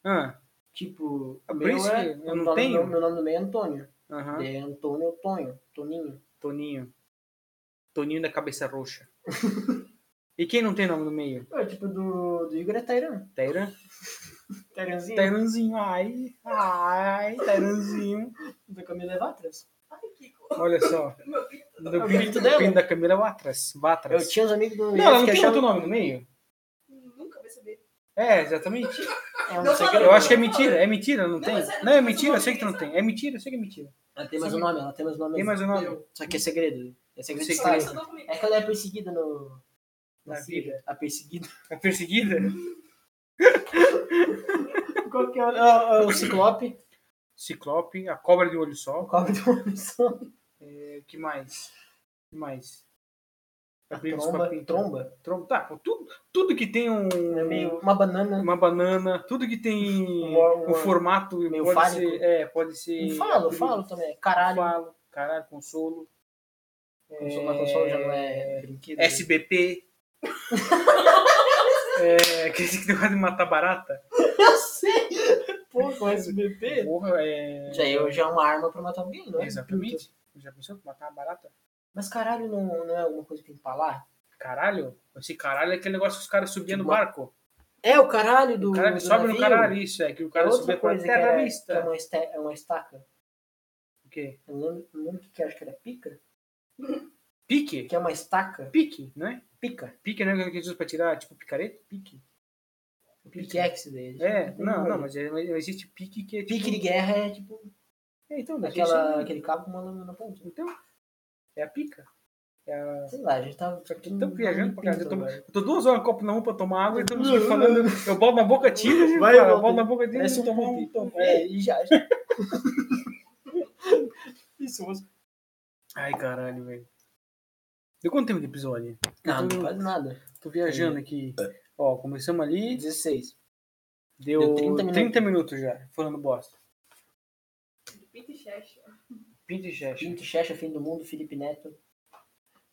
[SPEAKER 1] ah,
[SPEAKER 2] Tipo,
[SPEAKER 1] Ah,
[SPEAKER 2] o
[SPEAKER 1] por
[SPEAKER 2] meu
[SPEAKER 1] isso
[SPEAKER 2] é,
[SPEAKER 1] que eu
[SPEAKER 2] meu
[SPEAKER 1] não
[SPEAKER 2] nome-
[SPEAKER 1] tenho?
[SPEAKER 2] Meu, meu nome do meio é Antônio.
[SPEAKER 1] aham.
[SPEAKER 2] É Antônio Tonho, Toninho.
[SPEAKER 1] Toninho. Toninho da cabeça roxa. e quem não tem nome no meio?
[SPEAKER 2] É, tipo, do, do Igor é Tairan.
[SPEAKER 1] Tairan?
[SPEAKER 2] Tairanzinho.
[SPEAKER 1] Tairanzinho, ai, ai, Tairanzinho.
[SPEAKER 2] Da Camila Vatras.
[SPEAKER 4] Ai, Kiko.
[SPEAKER 1] Olha só.
[SPEAKER 4] Meu pinto.
[SPEAKER 1] Do
[SPEAKER 2] o
[SPEAKER 1] pinto-
[SPEAKER 2] pinto
[SPEAKER 1] do
[SPEAKER 2] dela.
[SPEAKER 1] pinto da é um Camila Watras.
[SPEAKER 2] Eu
[SPEAKER 1] Batras.
[SPEAKER 2] tinha um uns amigos do
[SPEAKER 1] Não, ela não
[SPEAKER 2] que
[SPEAKER 1] tem
[SPEAKER 2] achavam-
[SPEAKER 1] outro nome no meio?
[SPEAKER 4] Nunca vai saber.
[SPEAKER 1] É, exatamente.
[SPEAKER 2] É, eu
[SPEAKER 4] Não
[SPEAKER 2] não sei
[SPEAKER 4] fala-
[SPEAKER 2] que-
[SPEAKER 1] Eu acho que é mentira, é mentira, não
[SPEAKER 4] Não,
[SPEAKER 1] tem?
[SPEAKER 4] mas é-
[SPEAKER 1] Não, é mentira, eu sei que tu não tem. É mentira, eu sei que é mentira.
[SPEAKER 2] Ela tem mais um nome, ela tem mais um nome.
[SPEAKER 1] Tem mais um nome?
[SPEAKER 5] Eu,
[SPEAKER 2] Só que é segredo. É segredo de
[SPEAKER 1] Sei que
[SPEAKER 4] Só
[SPEAKER 1] tem.
[SPEAKER 2] Estado.
[SPEAKER 4] estudou comigo.
[SPEAKER 2] É que ela é perseguida no.
[SPEAKER 1] Na
[SPEAKER 2] Síria. A perseguida.
[SPEAKER 1] A É perseguida?
[SPEAKER 2] Qual que é o- ah, ah, o Ciclope?
[SPEAKER 1] Ciclope, a cobra de olho
[SPEAKER 2] O
[SPEAKER 1] só.
[SPEAKER 2] Cobra do Homem
[SPEAKER 1] É, que mais? que mais?
[SPEAKER 2] É
[SPEAKER 1] Apelidos pra
[SPEAKER 2] Tromba.
[SPEAKER 1] pinto.
[SPEAKER 2] Tromba.
[SPEAKER 1] Tromba. Tá, pô, tudo, tudo que tem um,
[SPEAKER 2] É meio. Uma banana.
[SPEAKER 1] uma banana, tudo que tem
[SPEAKER 2] Uma- uma-
[SPEAKER 1] um formato
[SPEAKER 2] meio
[SPEAKER 1] pode
[SPEAKER 2] fálico.
[SPEAKER 1] ser, é, pode ser.
[SPEAKER 2] Eu falo,
[SPEAKER 1] apelido.
[SPEAKER 2] falo também. Caralho.
[SPEAKER 1] Falo, caralho, consolo.
[SPEAKER 2] Consolo, mas consolo já não é brinquedo.
[SPEAKER 1] SBP. é, aquele que tem de matar barata.
[SPEAKER 2] Eu sei! Pô, com SBP?
[SPEAKER 1] Porra, é.
[SPEAKER 2] Já, eu, já é uma arma pra matar alguém, não é?
[SPEAKER 1] Exatamente. Já pensou em matar uma barata?
[SPEAKER 2] Mas caralho não, não é alguma coisa pra empalar?
[SPEAKER 1] Caralho? Esse caralho é aquele negócio que os caras subiam no
[SPEAKER 2] Tipo,
[SPEAKER 1] barco.
[SPEAKER 2] É o caralho do.
[SPEAKER 1] O cara
[SPEAKER 2] do
[SPEAKER 1] sobe no
[SPEAKER 2] navio.
[SPEAKER 1] caralho, isso. É que o cara
[SPEAKER 2] é
[SPEAKER 1] subia
[SPEAKER 2] outra
[SPEAKER 1] pra
[SPEAKER 2] coisa que,
[SPEAKER 1] terra
[SPEAKER 2] era,
[SPEAKER 1] à
[SPEAKER 2] que é,
[SPEAKER 1] vista.
[SPEAKER 2] uma este- é uma estaca.
[SPEAKER 1] O quê?
[SPEAKER 2] Eu não lembro, não lembro o que, que era, acho que era pica.
[SPEAKER 1] Pique?
[SPEAKER 2] Que é uma estaca.
[SPEAKER 1] Pique, não é?
[SPEAKER 2] Pica.
[SPEAKER 1] Pique não é que usa pra tirar, tipo, picareta? Pique.
[SPEAKER 2] Pickaxe deles.
[SPEAKER 1] É, não, não, mas é- mas existe pique que é tipo...
[SPEAKER 2] Pique de guerra é tipo
[SPEAKER 1] É, então, mas
[SPEAKER 2] aquela,
[SPEAKER 1] isso
[SPEAKER 2] aquele cabo com uma lâmina na ponta.
[SPEAKER 1] é- Então, é a pica. É a...
[SPEAKER 2] Sei lá, a gente tá.
[SPEAKER 1] Estamos viajando pra casa. Eu tô,
[SPEAKER 2] Pinto, velho.
[SPEAKER 1] eu tô duas horas com copo na mão pra tomar água e estamos
[SPEAKER 2] Não, não,
[SPEAKER 1] falando. Eu boto na boca, tira, gente,
[SPEAKER 2] Vai,
[SPEAKER 1] cara, eu
[SPEAKER 2] volta.
[SPEAKER 1] boto na boca dele
[SPEAKER 2] Parece
[SPEAKER 1] e
[SPEAKER 2] um
[SPEAKER 1] tomar um.
[SPEAKER 2] pupi.
[SPEAKER 1] tom-
[SPEAKER 2] É, e já, já. Isso, você.
[SPEAKER 1] Ai, caralho, velho. Deu quanto tempo de episódio?
[SPEAKER 2] Não, não
[SPEAKER 1] Tô-
[SPEAKER 2] faz nada.
[SPEAKER 1] Tô viajando aqui. Ó, começamos ali,
[SPEAKER 2] 16.
[SPEAKER 1] Deu,
[SPEAKER 2] Deu 30
[SPEAKER 1] 30,
[SPEAKER 2] minutos.
[SPEAKER 1] minutos. já, falando bosta.
[SPEAKER 4] Pinto e chefe.
[SPEAKER 1] Pinto e Chester.
[SPEAKER 2] Pinto, Checha, Fim do Mundo, Felipe Neto.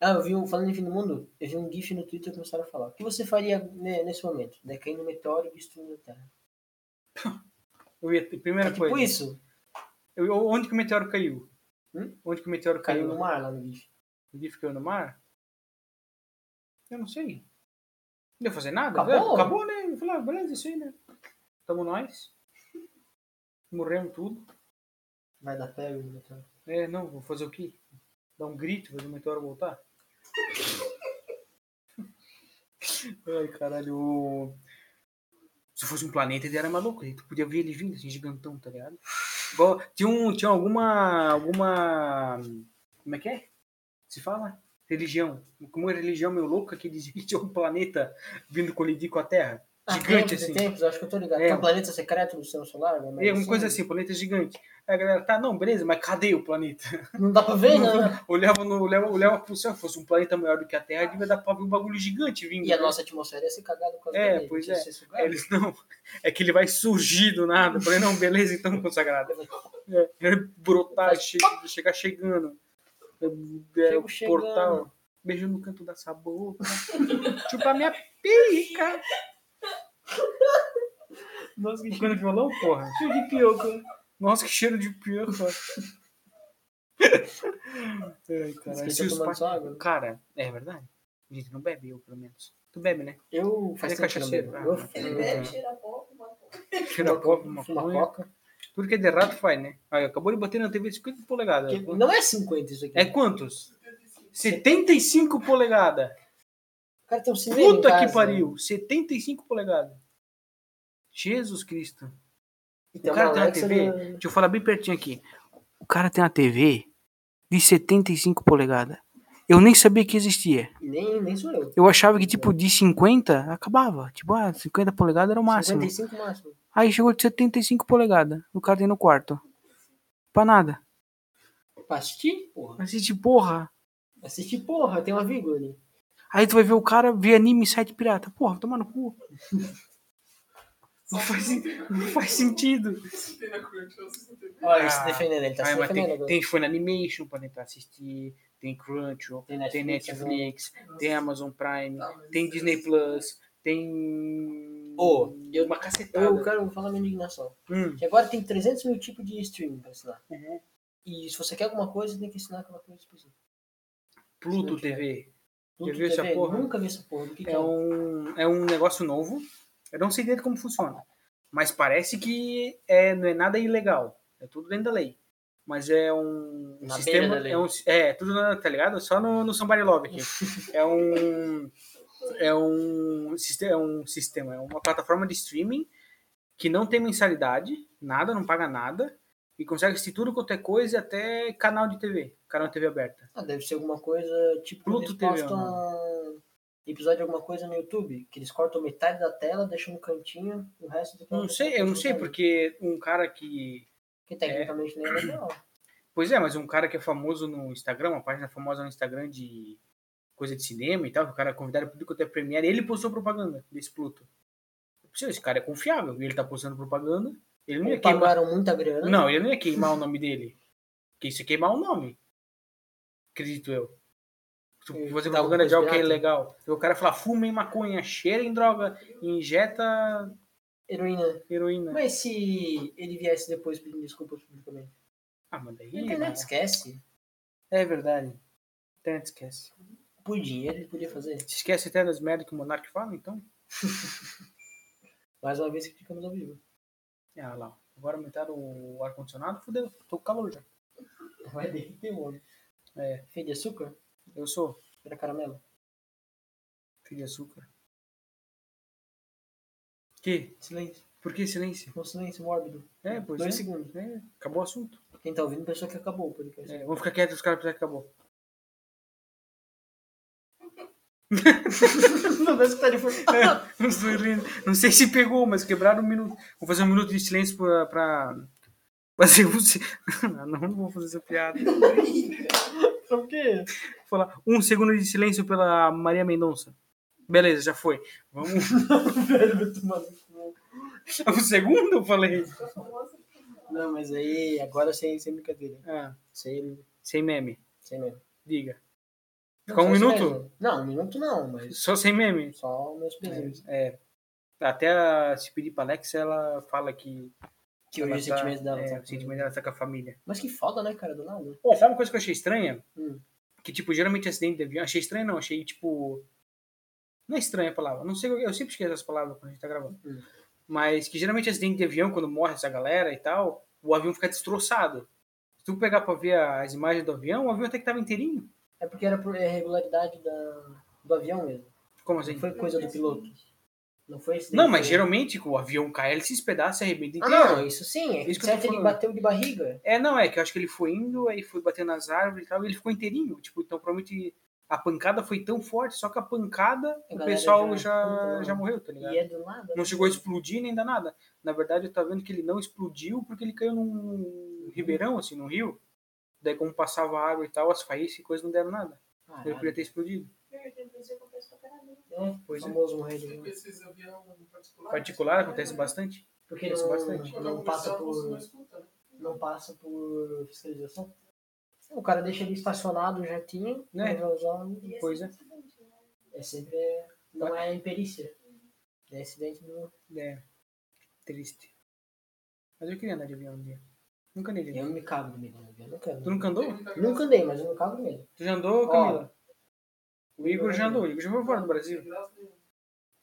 [SPEAKER 2] Ah, eu vi, um- falando em Fim do Mundo, eu vi um gif no Twitter que começaram a falar. O que você faria ne- nesse momento? Né? Caindo um meteoro e destruindo a Terra.
[SPEAKER 1] Eu ia- primeira
[SPEAKER 2] É tipo
[SPEAKER 1] coisa.
[SPEAKER 2] isso.
[SPEAKER 1] Eu- onde que o meteoro caiu?
[SPEAKER 2] Hum?
[SPEAKER 1] Onde que o meteoro
[SPEAKER 2] Caiu
[SPEAKER 1] caiu?
[SPEAKER 2] no mar lá no gif.
[SPEAKER 1] Ele ficou no mar? Eu não sei. Não deu fazer nada?
[SPEAKER 2] Acabou?
[SPEAKER 1] né? Acabou, né? Eu falei, ah, beleza, isso aí, né? Tamo nós. Morremos tudo.
[SPEAKER 2] Vai dar pé no meteoro.
[SPEAKER 1] É, não, vou fazer o quê? Dar um grito, fazer o meteoro voltar? Ai, caralho. o- Se fosse um planeta, ele era maluco. Tu podia ver ele vindo, assim, gigantão, tá ligado? Igual- Tinha, um, tinha alguma. alguma. Como é que é? Se fala? Religião. Como é religião meio louca que dizia que tinha um planeta vindo colidir com a Terra. Gigante,
[SPEAKER 2] Ah, tempos e
[SPEAKER 1] assim.
[SPEAKER 2] tempos, acho que eu tô ligado.
[SPEAKER 1] É.
[SPEAKER 2] É um planeta secreto do sistema solar, né? Mas
[SPEAKER 1] É uma coisa assim, planeta gigante. Aí a galera, tá, não, beleza, mas cadê o planeta?
[SPEAKER 2] Não dá pra ver, né?
[SPEAKER 1] Olhava, no, olhava, olhava pro céu, se fosse um planeta maior do que a Terra, devia dar pra ver um bagulho gigante vindo.
[SPEAKER 2] E a
[SPEAKER 1] né?
[SPEAKER 2] nossa atmosfera ia ser cagada com a
[SPEAKER 1] É, pois é. Aí Eles não. É que ele vai surgir do nada. Eu falei, não, beleza, então, consagrado. É, ele vai brotar, che- chegar chegando. É, é,
[SPEAKER 2] Chego
[SPEAKER 1] o
[SPEAKER 2] chegando.
[SPEAKER 1] portal. Beijo no canto dessa boca. Chupa minha pica. Nossa, que cheiro de violão, porra. Cheiro de pioca. Nossa, que cheiro de pioca. Ai, caralho. Se
[SPEAKER 2] Esqueci
[SPEAKER 1] os
[SPEAKER 2] tomando
[SPEAKER 1] pais-
[SPEAKER 2] só água.
[SPEAKER 1] Cara, é verdade. A gente não bebe, eu pelo menos. Tu bebe, né?
[SPEAKER 2] Eu faz
[SPEAKER 1] é
[SPEAKER 2] tempo que eu não
[SPEAKER 1] cachaceiro?
[SPEAKER 2] bebo.
[SPEAKER 1] Ah,
[SPEAKER 2] Eu
[SPEAKER 1] não.
[SPEAKER 2] fumo-
[SPEAKER 4] Ele deve cheirar pó, uma coisa.
[SPEAKER 1] Cheira a coca,
[SPEAKER 2] fumo
[SPEAKER 1] maconha.
[SPEAKER 2] coca.
[SPEAKER 1] Tudo que é de errado faz, né? Aí, acabou de bater na TV 50 polegadas.
[SPEAKER 2] Que- Não é 50 isso aqui.
[SPEAKER 1] É quantos? 75 polegadas.
[SPEAKER 2] O cara tem um cinema em
[SPEAKER 1] Puta
[SPEAKER 2] casa,
[SPEAKER 1] que pariu. 75 polegadas. Jesus Cristo.
[SPEAKER 2] né?
[SPEAKER 1] O cara tá tem uma
[SPEAKER 2] Alexa
[SPEAKER 1] TV.
[SPEAKER 2] na-
[SPEAKER 1] Deixa eu falar bem pertinho aqui. O cara tem uma TV de 75 polegadas. Eu nem sabia que existia.
[SPEAKER 2] Nem, nem sou eu.
[SPEAKER 1] Eu achava que, tipo, de 50 acabava. Tipo, ah, 50 polegadas era o máximo.
[SPEAKER 2] 55 máximo.
[SPEAKER 1] Aí chegou de 75 polegadas. O cara tem no quarto. Pra nada.
[SPEAKER 2] Pra assistir, porra.
[SPEAKER 1] Assiste, porra.
[SPEAKER 2] Assistir, porra, tem uma vírgula ali.
[SPEAKER 1] Aí tu vai ver o cara ver anime e site pirata. Porra, toma no cu. Não faz, não faz sentido.
[SPEAKER 5] Isso tem na Crunchyroll, vocês não tem.
[SPEAKER 2] Olha, ele
[SPEAKER 1] Ah.
[SPEAKER 2] se defendendo, ele tá se
[SPEAKER 1] Ai, mas
[SPEAKER 2] defendendo
[SPEAKER 1] tem,
[SPEAKER 2] agora.
[SPEAKER 1] tem Fun Animation pra tentar assistir, tem Crunchyroll,
[SPEAKER 2] Tem
[SPEAKER 1] tem
[SPEAKER 2] Netflix,
[SPEAKER 1] Netflix, tem,
[SPEAKER 2] né?
[SPEAKER 1] Amazon Prime,
[SPEAKER 5] Tá, mas
[SPEAKER 1] tem
[SPEAKER 5] isso-
[SPEAKER 1] Disney Plus, tem.
[SPEAKER 2] Ô, eu-
[SPEAKER 1] uma cacetada.
[SPEAKER 2] Eu quero falar minha indignação.
[SPEAKER 1] Hum,
[SPEAKER 2] Que agora tem 300 mil tipos de streaming pra assinar.
[SPEAKER 1] Uhum.
[SPEAKER 2] E se você quer alguma coisa, tem que assinar aquela coisa específica.
[SPEAKER 1] Pluto
[SPEAKER 2] Sim,
[SPEAKER 1] TV.
[SPEAKER 2] Pluto
[SPEAKER 1] viu essa
[SPEAKER 2] TV,
[SPEAKER 1] porra?
[SPEAKER 2] Nunca vi essa porra. Do que, que
[SPEAKER 1] É um, é um negócio novo. Eu não sei direito como funciona. Mas parece que é, não é nada ilegal. É tudo dentro da lei. Mas é um
[SPEAKER 2] Na beira
[SPEAKER 1] sistema.
[SPEAKER 2] da lei.
[SPEAKER 1] É, um, é, tudo, na- tá ligado? Só no, no Somebody Love aqui. É um. É um, siste- é um sistema, é uma plataforma de streaming que não tem mensalidade, nada, não paga nada, e consegue assistir tudo quanto é coisa e até canal de TV, canal de TV aberta.
[SPEAKER 2] Ah, deve ser alguma coisa tipo.
[SPEAKER 1] Pluto né?
[SPEAKER 2] eles
[SPEAKER 1] TV,
[SPEAKER 2] postam episódio de alguma coisa no YouTube. Que eles cortam metade da tela, deixam no cantinho, o resto do
[SPEAKER 1] Não sei, eu não sei, porque um cara que
[SPEAKER 2] Que tecnicamente nem é legal.
[SPEAKER 1] Pois é, mas um cara que é famoso no Instagram, uma página famosa no Instagram de coisa de cinema e tal, que o cara é convidado para tudo até Premiere, ele postou propaganda desse Pluto. Pô, Esse cara é confiável, ele tá postando propaganda, é ele não ia
[SPEAKER 2] Ou
[SPEAKER 1] queimar.
[SPEAKER 2] Pagaram muita grana.
[SPEAKER 1] Não, ele não ia queimar o nome dele. Porque isso é queimar o nome. Acredito eu. Tu
[SPEAKER 2] Ele
[SPEAKER 1] fazer
[SPEAKER 2] tá
[SPEAKER 1] propaganda de algo que é
[SPEAKER 2] pirata.
[SPEAKER 1] ilegal. O cara fala, fuma em maconha, cheira em droga, injeta
[SPEAKER 2] Heroína.
[SPEAKER 1] heroína.
[SPEAKER 2] Mas se ele viesse depois pedindo desculpas publicamente?
[SPEAKER 1] Ah, mas daí.
[SPEAKER 2] Na internet esquece.
[SPEAKER 1] É verdade. Internet esquece.
[SPEAKER 2] Por dinheiro ele podia fazer.
[SPEAKER 1] Se esquece até das merdas que o Monark fala, então?
[SPEAKER 2] Mais uma vez que ficamos ao vivo.
[SPEAKER 1] Ah lá, agora aumentaram o ar-condicionado, fudeu, tô com calor já.
[SPEAKER 2] Vai derreter o homem.
[SPEAKER 1] É.
[SPEAKER 2] Feio de açúcar?
[SPEAKER 1] Eu sou
[SPEAKER 2] Vira caramelo.
[SPEAKER 1] filho de açúcar. Que?
[SPEAKER 2] Silêncio.
[SPEAKER 1] Por que silêncio?
[SPEAKER 2] Um silêncio mórbido.
[SPEAKER 1] É, pois
[SPEAKER 2] Dois
[SPEAKER 1] é.
[SPEAKER 2] segundos.
[SPEAKER 1] É, acabou o assunto.
[SPEAKER 2] Quem tá ouvindo pensou que acabou o podcast.
[SPEAKER 1] É, vamos ficar quietos, os caras pensam que acabou.
[SPEAKER 2] Não, mas tá de fora.
[SPEAKER 1] Os dois- Não sei se pegou, mas quebraram um minuto. Vou fazer um minuto de silêncio pra. pra... Fazer um. si- Ah, Não, não vou fazer essa piada. Vou
[SPEAKER 2] O quê?
[SPEAKER 1] É, falar um segundo de silêncio pela Maria Mendonça. Beleza, já foi. Vamos.
[SPEAKER 2] Velho, vai tomar no cu.
[SPEAKER 1] o segundo eu falei.
[SPEAKER 2] Não, mas aí, agora sem, sem brincadeira.
[SPEAKER 1] Ah,
[SPEAKER 2] Sem,
[SPEAKER 1] sem meme.
[SPEAKER 2] sem mesmo.
[SPEAKER 1] Diga.
[SPEAKER 2] Não,
[SPEAKER 1] Ficar um
[SPEAKER 2] só isso
[SPEAKER 1] minuto?
[SPEAKER 2] mesmo. Não, um minuto não, mas
[SPEAKER 1] Só sem meme.
[SPEAKER 2] só meus pezinhos.
[SPEAKER 1] É. Até a- se pedir pra Alex, ela fala que.
[SPEAKER 2] Que hoje
[SPEAKER 1] ela
[SPEAKER 2] o sentimento dela
[SPEAKER 1] é,
[SPEAKER 2] tá
[SPEAKER 1] o sentimento dela tá com a família.
[SPEAKER 2] Mas que foda, né, cara, do nada.
[SPEAKER 1] Pô, sabe uma coisa que eu achei estranha?
[SPEAKER 2] Hum.
[SPEAKER 1] Que, tipo, geralmente acidente de avião. Achei estranho, não. Achei, tipo. Não é estranha a palavra. Não sei, eu sempre esqueço as palavras quando a gente tá gravando.
[SPEAKER 2] Hum.
[SPEAKER 1] Mas que geralmente acidente de avião, quando morre essa galera e tal, o avião fica destroçado. Se tu pegar pra ver as imagens do avião, o avião até que tava inteirinho.
[SPEAKER 2] É porque era por irregularidade da, do avião mesmo.
[SPEAKER 1] Como
[SPEAKER 2] Não
[SPEAKER 1] assim?
[SPEAKER 2] foi coisa do piloto. Não foi esse
[SPEAKER 1] Não,
[SPEAKER 2] daí,
[SPEAKER 1] mas
[SPEAKER 2] foi-
[SPEAKER 1] geralmente o avião cai, ele se espedaça e arrebenta
[SPEAKER 2] Ah,
[SPEAKER 1] inteiro.
[SPEAKER 2] não, isso sim. É
[SPEAKER 1] Isso
[SPEAKER 2] isso
[SPEAKER 1] que eu tô
[SPEAKER 2] certo, ele
[SPEAKER 1] falando.
[SPEAKER 2] bateu de barriga.
[SPEAKER 1] É, não, é que eu acho que ele foi indo, aí foi batendo nas árvores e tal, e ele ficou inteirinho. Tipo, então provavelmente a pancada foi tão forte, só que a pancada,
[SPEAKER 2] A
[SPEAKER 1] o
[SPEAKER 2] galera
[SPEAKER 1] pessoal
[SPEAKER 2] já-
[SPEAKER 1] já, já, morreu, tá ligado?
[SPEAKER 2] E é do nada.
[SPEAKER 1] Não chegou a explodir nem dá nada. Na verdade, eu tava vendo que ele não explodiu porque ele caiu
[SPEAKER 2] Uhum.
[SPEAKER 1] num ribeirão, assim, num rio. Daí, como passava a água e tal, as faíscas e coisas não deram nada. Ele podia
[SPEAKER 2] Caralho.
[SPEAKER 1] ter explodido.
[SPEAKER 2] É,
[SPEAKER 1] Pois é.
[SPEAKER 2] famoso morrer de avião.
[SPEAKER 5] Esses avião um particular.
[SPEAKER 1] Particular acontece bastante.
[SPEAKER 2] Porque
[SPEAKER 1] Isso,
[SPEAKER 2] não,
[SPEAKER 1] bastante.
[SPEAKER 2] não passa
[SPEAKER 5] Não
[SPEAKER 2] por...
[SPEAKER 5] escuta, né?
[SPEAKER 2] não passa por fiscalização. O cara deixa ele estacionado já tinha,
[SPEAKER 1] Né?
[SPEAKER 2] né? Vai usar,
[SPEAKER 4] assim,
[SPEAKER 1] Pois é.
[SPEAKER 2] é sempre não é imperícia. É acidente do.
[SPEAKER 1] É. Triste. Mas eu queria andar de avião um dia. Nunca andei de avião.
[SPEAKER 2] Eu me cago do medo, eu nunca
[SPEAKER 1] Tu
[SPEAKER 2] ando.
[SPEAKER 1] nunca andou?
[SPEAKER 5] Tem muita
[SPEAKER 2] Nunca andei, mas eu não cago do medo.
[SPEAKER 1] Tu já andou, Camila? o Igor já andou. O Igor já foi fora do Brasil.
[SPEAKER 5] graça nenhuma.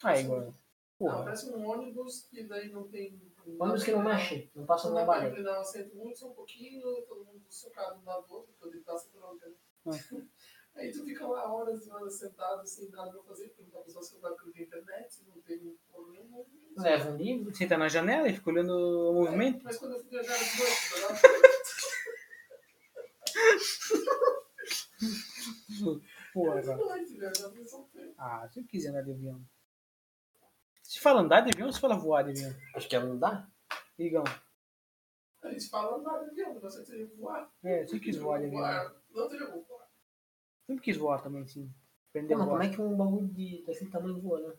[SPEAKER 1] Ah, Igor.
[SPEAKER 5] Ah,
[SPEAKER 1] Porra.
[SPEAKER 5] parece um ônibus que daí não tem.
[SPEAKER 2] Vamos que não mexe, não passa
[SPEAKER 5] Não
[SPEAKER 2] na
[SPEAKER 5] dá pra
[SPEAKER 2] barriga.
[SPEAKER 5] inclinar é o assento muito, só um pouquinho, todo mundo socado um na boca, quando ele passa por alguém.
[SPEAKER 1] É.
[SPEAKER 5] Aí tu fica lá horas e horas sentado, sem nada pra fazer, porque não tá usando o celular pela internet, não tem problema.
[SPEAKER 2] Leva um livro.
[SPEAKER 1] Senta na janela e fica olhando É, o movimento.
[SPEAKER 5] Mas quando eu fui viajar de noite, eu lá,
[SPEAKER 1] Porra,
[SPEAKER 5] de
[SPEAKER 1] cara.
[SPEAKER 5] noite, viajar, mas não tem.
[SPEAKER 1] Ah, se eu quiser andar de avião. Se fala andar de avião ou se fala voar de avião?
[SPEAKER 2] Acho que ela não dá.
[SPEAKER 1] Igão.
[SPEAKER 5] A gente fala andar de avião, mas você teria que voar.
[SPEAKER 1] É, eu sempre quis voar de avião.
[SPEAKER 5] Voar. Não teria que voar.
[SPEAKER 1] Sempre quis voar também, sim. Aprender
[SPEAKER 2] Não,
[SPEAKER 1] a
[SPEAKER 2] mas como
[SPEAKER 1] voar.
[SPEAKER 2] é que um bagulho de, daquele tamanho voa, né?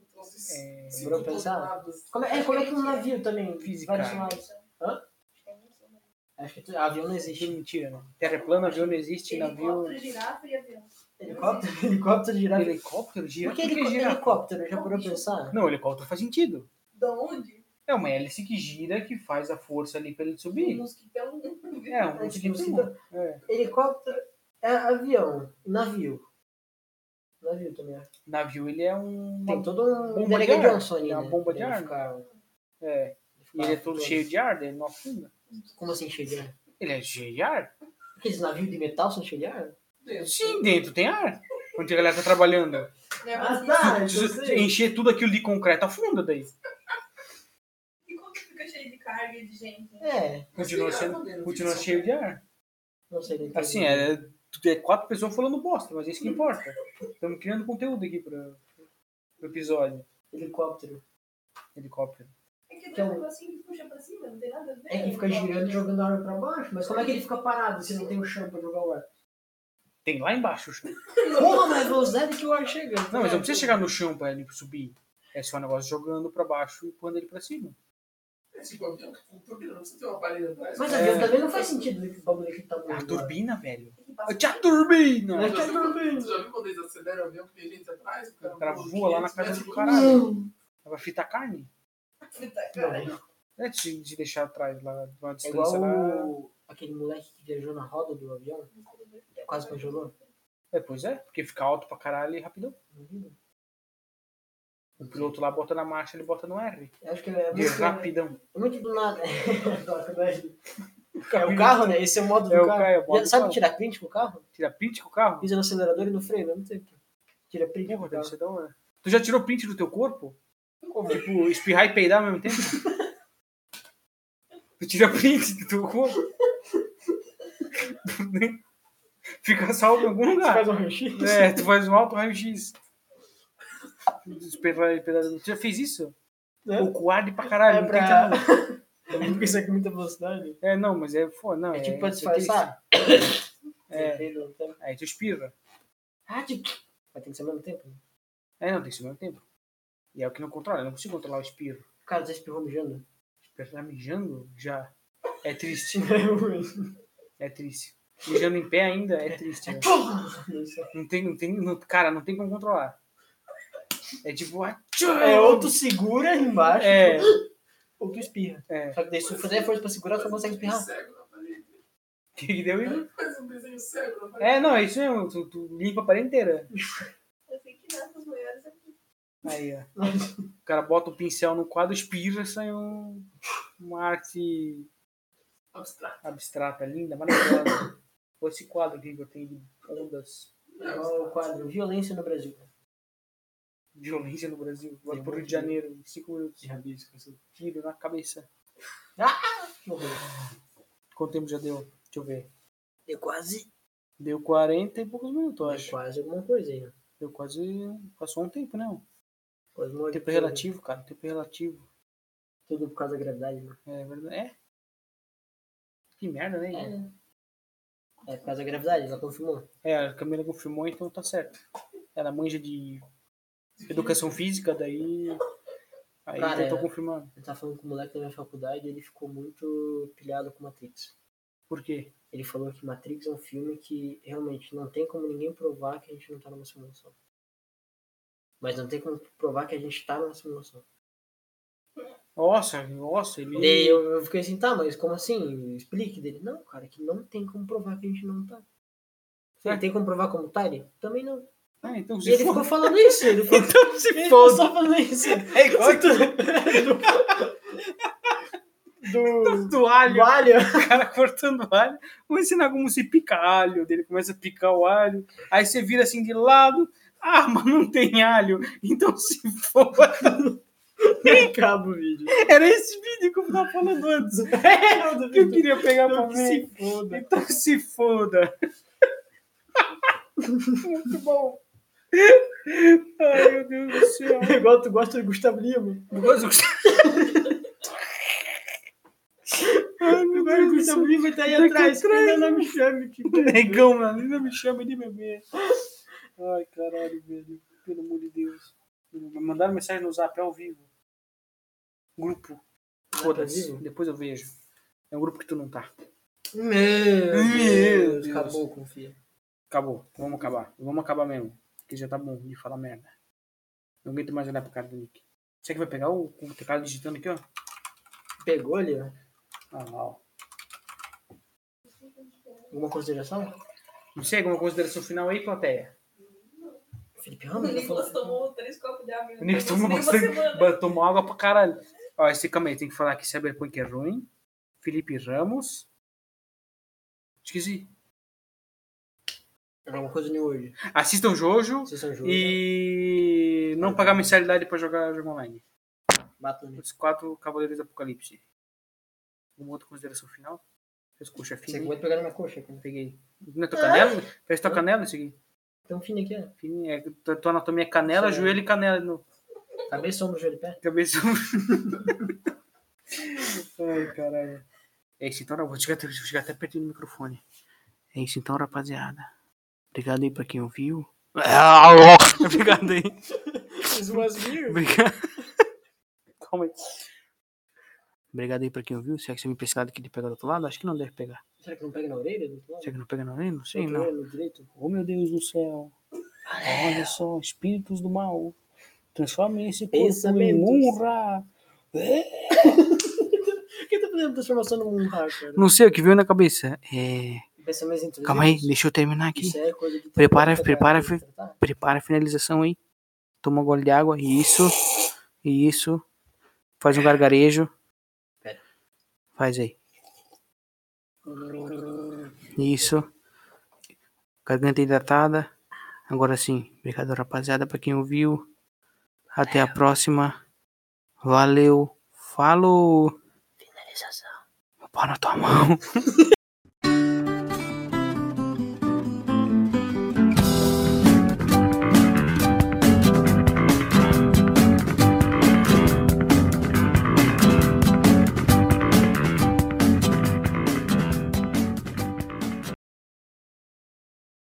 [SPEAKER 5] Então, se-
[SPEAKER 1] É,
[SPEAKER 5] se
[SPEAKER 2] bora
[SPEAKER 5] tu
[SPEAKER 2] pensar?
[SPEAKER 5] controladas-
[SPEAKER 2] Como é, é, como é que um navio também
[SPEAKER 1] Física.
[SPEAKER 2] vários lados?
[SPEAKER 4] né?
[SPEAKER 2] Acho que tu- avião não existe.
[SPEAKER 1] Mentira, né? Terra plana, avião não existe, navio.
[SPEAKER 4] Helicóptero, girafa e avião.
[SPEAKER 2] Helicóptero, helicóptero girar.
[SPEAKER 1] Helicóptero gira.
[SPEAKER 2] Por que helico-
[SPEAKER 1] gira?
[SPEAKER 2] helicóptero? Já parou pra pensar?
[SPEAKER 1] Não, helicóptero faz sentido.
[SPEAKER 4] Da onde?
[SPEAKER 1] É uma hélice que gira, que faz a força ali pra ele
[SPEAKER 4] Um
[SPEAKER 1] subir.
[SPEAKER 4] mosquitão.
[SPEAKER 1] É, um
[SPEAKER 2] Antes de você
[SPEAKER 1] mosquito. É.
[SPEAKER 2] tipo assim, Helicóptero é avião, navio. Navio também. é.
[SPEAKER 1] Navio, ele é um.
[SPEAKER 2] Tem todo um
[SPEAKER 1] bomba
[SPEAKER 2] Indiana
[SPEAKER 1] de ar,
[SPEAKER 2] Johnson ali,
[SPEAKER 1] é uma
[SPEAKER 2] né?
[SPEAKER 1] bomba de
[SPEAKER 2] Ele
[SPEAKER 1] ar.
[SPEAKER 2] fica-
[SPEAKER 1] É. E
[SPEAKER 2] fica
[SPEAKER 1] ele é todo
[SPEAKER 2] flutuando.
[SPEAKER 1] cheio de ar, daí ele não afunda.
[SPEAKER 2] Como assim cheio de ar?
[SPEAKER 1] Ele é cheio de ar?
[SPEAKER 2] Aqueles navios de metal são cheios de ar?
[SPEAKER 5] Dentro.
[SPEAKER 1] Sim, dentro tem ar. Onde a galera tá trabalhando.
[SPEAKER 2] tá,
[SPEAKER 1] Se você encher tudo aquilo de concreto, afunda daí.
[SPEAKER 4] E quando fica cheio de carga e de gente? né?
[SPEAKER 2] É,
[SPEAKER 1] Continua, sendo, continua
[SPEAKER 5] é um
[SPEAKER 1] cheio de ar.
[SPEAKER 2] não sei. um não
[SPEAKER 1] Assim,
[SPEAKER 2] entendi.
[SPEAKER 1] é, é quatro pessoas falando bosta, mas é isso que importa. Estamos criando conteúdo aqui para o episódio.
[SPEAKER 2] Helicóptero.
[SPEAKER 1] Helicóptero.
[SPEAKER 4] É que tem um negocinho que puxa pra cima, não tem nada a ver.
[SPEAKER 2] Então, É que fica girando e jogando ar pra baixo, mas como é que ele fica parado se não tem o chão pra jogar o ar?
[SPEAKER 1] Tem lá embaixo o chão.
[SPEAKER 2] Porra, mas a velocidade que o ar chega. tá
[SPEAKER 1] Não, mas não precisa chegar no chão para ele subir. É só um negócio jogando para baixo e pondo ele para cima.
[SPEAKER 5] É tipo avião que com turbina, não precisa ter uma parede atrás.
[SPEAKER 2] Mas
[SPEAKER 5] né?
[SPEAKER 2] avião também não faz sentido o bagulho tá daquele tamanho.
[SPEAKER 1] É a turbina, velho.
[SPEAKER 4] Que passa-
[SPEAKER 1] Eu tinha a turbina!
[SPEAKER 2] Mas que
[SPEAKER 5] Você-
[SPEAKER 2] turbina.
[SPEAKER 5] Você já viu quando eles aceleram o avião que tem gente atrás? O
[SPEAKER 1] O cara
[SPEAKER 5] voa
[SPEAKER 1] voa lá na
[SPEAKER 5] 500
[SPEAKER 1] casa
[SPEAKER 5] metros
[SPEAKER 1] do
[SPEAKER 5] por
[SPEAKER 1] caralho.
[SPEAKER 2] Não.
[SPEAKER 1] Vai fritar carne?
[SPEAKER 2] Não,
[SPEAKER 1] É de, de deixar atrás lá, de uma
[SPEAKER 2] É
[SPEAKER 1] distância
[SPEAKER 2] igual
[SPEAKER 1] lá.
[SPEAKER 2] o- aquele moleque que viajou na roda do avião, quase congelou.
[SPEAKER 1] É, pois é, porque fica alto pra caralho e rapidão.
[SPEAKER 2] Não viu?
[SPEAKER 1] O piloto lá bota na marcha, ele bota no R.
[SPEAKER 2] Eu Acho que é
[SPEAKER 1] De
[SPEAKER 2] muito,
[SPEAKER 1] rapidão.
[SPEAKER 2] é muito do nada. é o carro, né? Esse é o modo do
[SPEAKER 1] É o
[SPEAKER 2] carro.
[SPEAKER 1] carro, é o modo
[SPEAKER 2] Já
[SPEAKER 1] do
[SPEAKER 2] sabe
[SPEAKER 1] carro.
[SPEAKER 2] tirar print com o carro?
[SPEAKER 1] Tira print com o carro?
[SPEAKER 2] Pisa no acelerador e no freio, ao mesmo tempo. Tira print com
[SPEAKER 1] Porra,
[SPEAKER 2] o
[SPEAKER 1] deve
[SPEAKER 2] carro.
[SPEAKER 1] ser da hora. Tu já tirou print do teu corpo? Tipo, espirrar e peidar ao mesmo tempo? tu tira print do teu corpo? Fica salvo em algum
[SPEAKER 2] Você
[SPEAKER 1] lugar.
[SPEAKER 2] faz um ranchinho?
[SPEAKER 1] É, tu faz um alto raio-x. Espirrar e peidar. Tu já fez isso?
[SPEAKER 2] Né?
[SPEAKER 1] O coarde pra caralho.
[SPEAKER 2] É
[SPEAKER 1] não
[SPEAKER 2] pra-
[SPEAKER 1] tem tamanho.
[SPEAKER 2] É porque isso é com muita velocidade.
[SPEAKER 1] É, não, mas é foda. Não,
[SPEAKER 2] É tipo pra
[SPEAKER 1] é,
[SPEAKER 2] disfarçar.
[SPEAKER 1] É.
[SPEAKER 2] Você peida no tempo.
[SPEAKER 1] Aí tu espirra.
[SPEAKER 2] Ah, tipo... Mas tem que ser ao mesmo tempo. né?
[SPEAKER 1] É, não, tem que segurar o tempo. E é o que não controla, eu não consigo controlar o espirro.
[SPEAKER 2] Cara, você espirrou mijando?
[SPEAKER 1] O espirro tá mijando já. É triste, é triste. Mijando em pé ainda é triste. né? Não tem, não tem, não- cara, não tem como controlar. É tipo, atchô!
[SPEAKER 2] É, ou tu segura embaixo,
[SPEAKER 1] É,
[SPEAKER 2] ou tu espirra.
[SPEAKER 1] é.
[SPEAKER 2] Só que daí se tu fizer força pra segurar, tu só consegue espirrar.
[SPEAKER 5] Cego na parede.
[SPEAKER 1] Que que deu isso?
[SPEAKER 5] Faz um desenho cego na parede.
[SPEAKER 1] É, não, é isso mesmo. Tu, tu limpa a parede inteira.
[SPEAKER 4] Eu sei que nada dos maiores é
[SPEAKER 1] Aí, ó. O cara bota o pincel no quadro, espirra, sai um, uma arte
[SPEAKER 5] Abstrato.
[SPEAKER 1] abstrata, linda, maravilhosa. Ou esse quadro aqui que eu tenho de ondas,
[SPEAKER 5] É
[SPEAKER 2] Igual o quadro Violência no Brasil.
[SPEAKER 1] violência no Brasil. Vai
[SPEAKER 2] Tem
[SPEAKER 1] pro Rio de
[SPEAKER 2] muito.
[SPEAKER 1] Janeiro, em cinco minutos,
[SPEAKER 2] rabisco, assim.
[SPEAKER 1] tiro na cabeça.
[SPEAKER 2] Que horror.
[SPEAKER 1] Quanto tempo já deu? Deixa eu ver. É
[SPEAKER 2] Deu quase.
[SPEAKER 1] Deu 40 e poucos minutos, eu
[SPEAKER 2] Deu
[SPEAKER 1] acho.
[SPEAKER 2] É quase alguma coisa aí, né?
[SPEAKER 1] Deu quase. Passou um tempo, né?
[SPEAKER 2] Quase
[SPEAKER 1] O
[SPEAKER 2] morto.
[SPEAKER 1] tempo é relativo, cara. O tempo é relativo.
[SPEAKER 2] Tudo por causa da gravidade, né?
[SPEAKER 1] É verdade. É? Que merda,
[SPEAKER 2] É,
[SPEAKER 1] né?
[SPEAKER 2] né? É por causa da gravidade, ela confirmou.
[SPEAKER 1] É, a Camila confirmou, então tá certo. Ela manja de educação física, daí. Aí então
[SPEAKER 2] Cara,
[SPEAKER 1] tentou
[SPEAKER 2] é.
[SPEAKER 1] confirmar.
[SPEAKER 2] Eu tava falando com um moleque da minha faculdade e ele ficou muito pilhado com Matrix.
[SPEAKER 1] Por quê?
[SPEAKER 2] Ele falou que Matrix é um filme que realmente não tem como ninguém provar que a gente não tá numa simulação. Mas não tem como provar que a gente tá numa simulação.
[SPEAKER 1] Nossa, nossa, ele.
[SPEAKER 2] Daí eu, eu fiquei assim, tá, mas como assim? Explique dele. Não, cara, que não tem como provar que a gente não tá. Ele tem como provar como tá ele? Também não.
[SPEAKER 1] Ah, então
[SPEAKER 2] E
[SPEAKER 1] se
[SPEAKER 2] ele
[SPEAKER 1] for.
[SPEAKER 2] ficou falando isso. Ele ficou,
[SPEAKER 1] Então se
[SPEAKER 2] ele ficou
[SPEAKER 1] foda.
[SPEAKER 2] só falando isso.
[SPEAKER 1] É igual
[SPEAKER 2] Do...
[SPEAKER 1] do alho,
[SPEAKER 2] Do alho.
[SPEAKER 1] o cara cortando alho. Vou ensinar como se pica alho. Daí Ele começa a picar o alho. Aí você vira assim de lado. Ah, mas não tem alho. Então se for.
[SPEAKER 2] Acaba o vídeo.
[SPEAKER 1] Era esse vídeo que eu tava falando antes.
[SPEAKER 2] É,
[SPEAKER 1] que eu queria pegar pra
[SPEAKER 2] Então que
[SPEAKER 1] ver.
[SPEAKER 2] se foda.
[SPEAKER 1] Então se foda. Muito bom. Ai, meu Deus do céu.
[SPEAKER 2] É Igual tu gosta do Gustavo Lima.
[SPEAKER 1] Ai, meu Deus do céu.
[SPEAKER 2] Lima tá
[SPEAKER 1] Tá
[SPEAKER 2] aí
[SPEAKER 1] aqui atrás.
[SPEAKER 2] Ainda não me chame. Que...
[SPEAKER 1] Negão, mano. Ainda me chama de bebê. Ai, caralho, velho. Pelo amor de Deus. Me mandaram mensagem no zap ao vivo. Grupo. Foda-se.
[SPEAKER 2] vivo?
[SPEAKER 1] Depois eu vejo. É um grupo que tu não tá.
[SPEAKER 2] Meu
[SPEAKER 1] Deus.
[SPEAKER 2] Acabou, confia.
[SPEAKER 1] Acabou. Vamos acabar. Vamos acabar mesmo. Porque já tá bom de falar merda. Não aguento mais olhar pra cara do Nick. Será que vai pegar o, o teclado digitando aqui, ó?
[SPEAKER 2] Pegou ali, né?
[SPEAKER 1] Ah, lá, ó.
[SPEAKER 2] Alguma consideração?
[SPEAKER 1] Não sei, alguma consideração final aí, plateia?
[SPEAKER 2] Felipe
[SPEAKER 4] O
[SPEAKER 2] Ramos? assim.
[SPEAKER 4] Nicolas tomou três copos de água.
[SPEAKER 1] O Nick tomou bastante. ba- Tomou água pra caralho. Ó, esse calma aí, tem que falar que Cyberpunk é ruim. Felipe Ramos. Esqueci.
[SPEAKER 2] Alguma coisa New World.
[SPEAKER 1] Assistam Jojo.
[SPEAKER 2] Vocês são jogos.
[SPEAKER 1] E não pagar mensalidade pra jogar jogo online.
[SPEAKER 2] Mata no Nick.
[SPEAKER 1] Os quatro Cavaleiros do Apocalipse. Alguma outra consideração final? Fez coxa
[SPEAKER 2] Você
[SPEAKER 1] fina.
[SPEAKER 2] acabou de pegar na minha coxa. cara.
[SPEAKER 1] Peguei. Não é tua canela? Parece tua canela isso aqui.
[SPEAKER 2] Tão fino aqui, né?
[SPEAKER 1] Enfim, é, tua tua anatomia é canela,
[SPEAKER 2] Sim.
[SPEAKER 1] joelho e canela no
[SPEAKER 2] Cabeça, ombro, joelho e pé.
[SPEAKER 1] cabeça. Ai, caralho. É isso então, eu vou chegar até, vou chegar até perto do microfone. É isso então, rapaziada. Obrigado aí pra quem ouviu. Obrigado aí.
[SPEAKER 2] Isso was weird.
[SPEAKER 1] Obrigado. Calma aí. Obrigado aí pra quem ouviu. Será que você me pescado que ele pega do outro lado? Acho que não deve pegar.
[SPEAKER 2] Será que não pega na orelha? Do outro lado?
[SPEAKER 1] Será que não pega na orelha? Não sei,
[SPEAKER 2] Outro
[SPEAKER 1] não.
[SPEAKER 2] olho direito?
[SPEAKER 1] Oh meu Deus do céu. Olha só, espíritos do mal. Transformem esse corpo em
[SPEAKER 2] Pensamentos.
[SPEAKER 1] murra.
[SPEAKER 2] Por que tá fazendo transformação num hacker?
[SPEAKER 1] Não sei o que veio na cabeça. É,
[SPEAKER 2] Pensamento inteligente.
[SPEAKER 1] Calma aí, deixa eu terminar aqui.
[SPEAKER 2] Isso é coisa de...
[SPEAKER 1] Prepara-
[SPEAKER 2] tratar,
[SPEAKER 1] prepara-
[SPEAKER 2] de tratar.
[SPEAKER 1] Prepara a finalização aí. Toma um gole de água. Isso. Isso. Faz um gargarejo.
[SPEAKER 2] Pera.
[SPEAKER 1] Faz aí. Isso. Garganta hidratada. Agora sim. Obrigado, rapaziada, pra quem ouviu. Até a próxima. Valeu. Falou. Finalização. Pau na tua mão.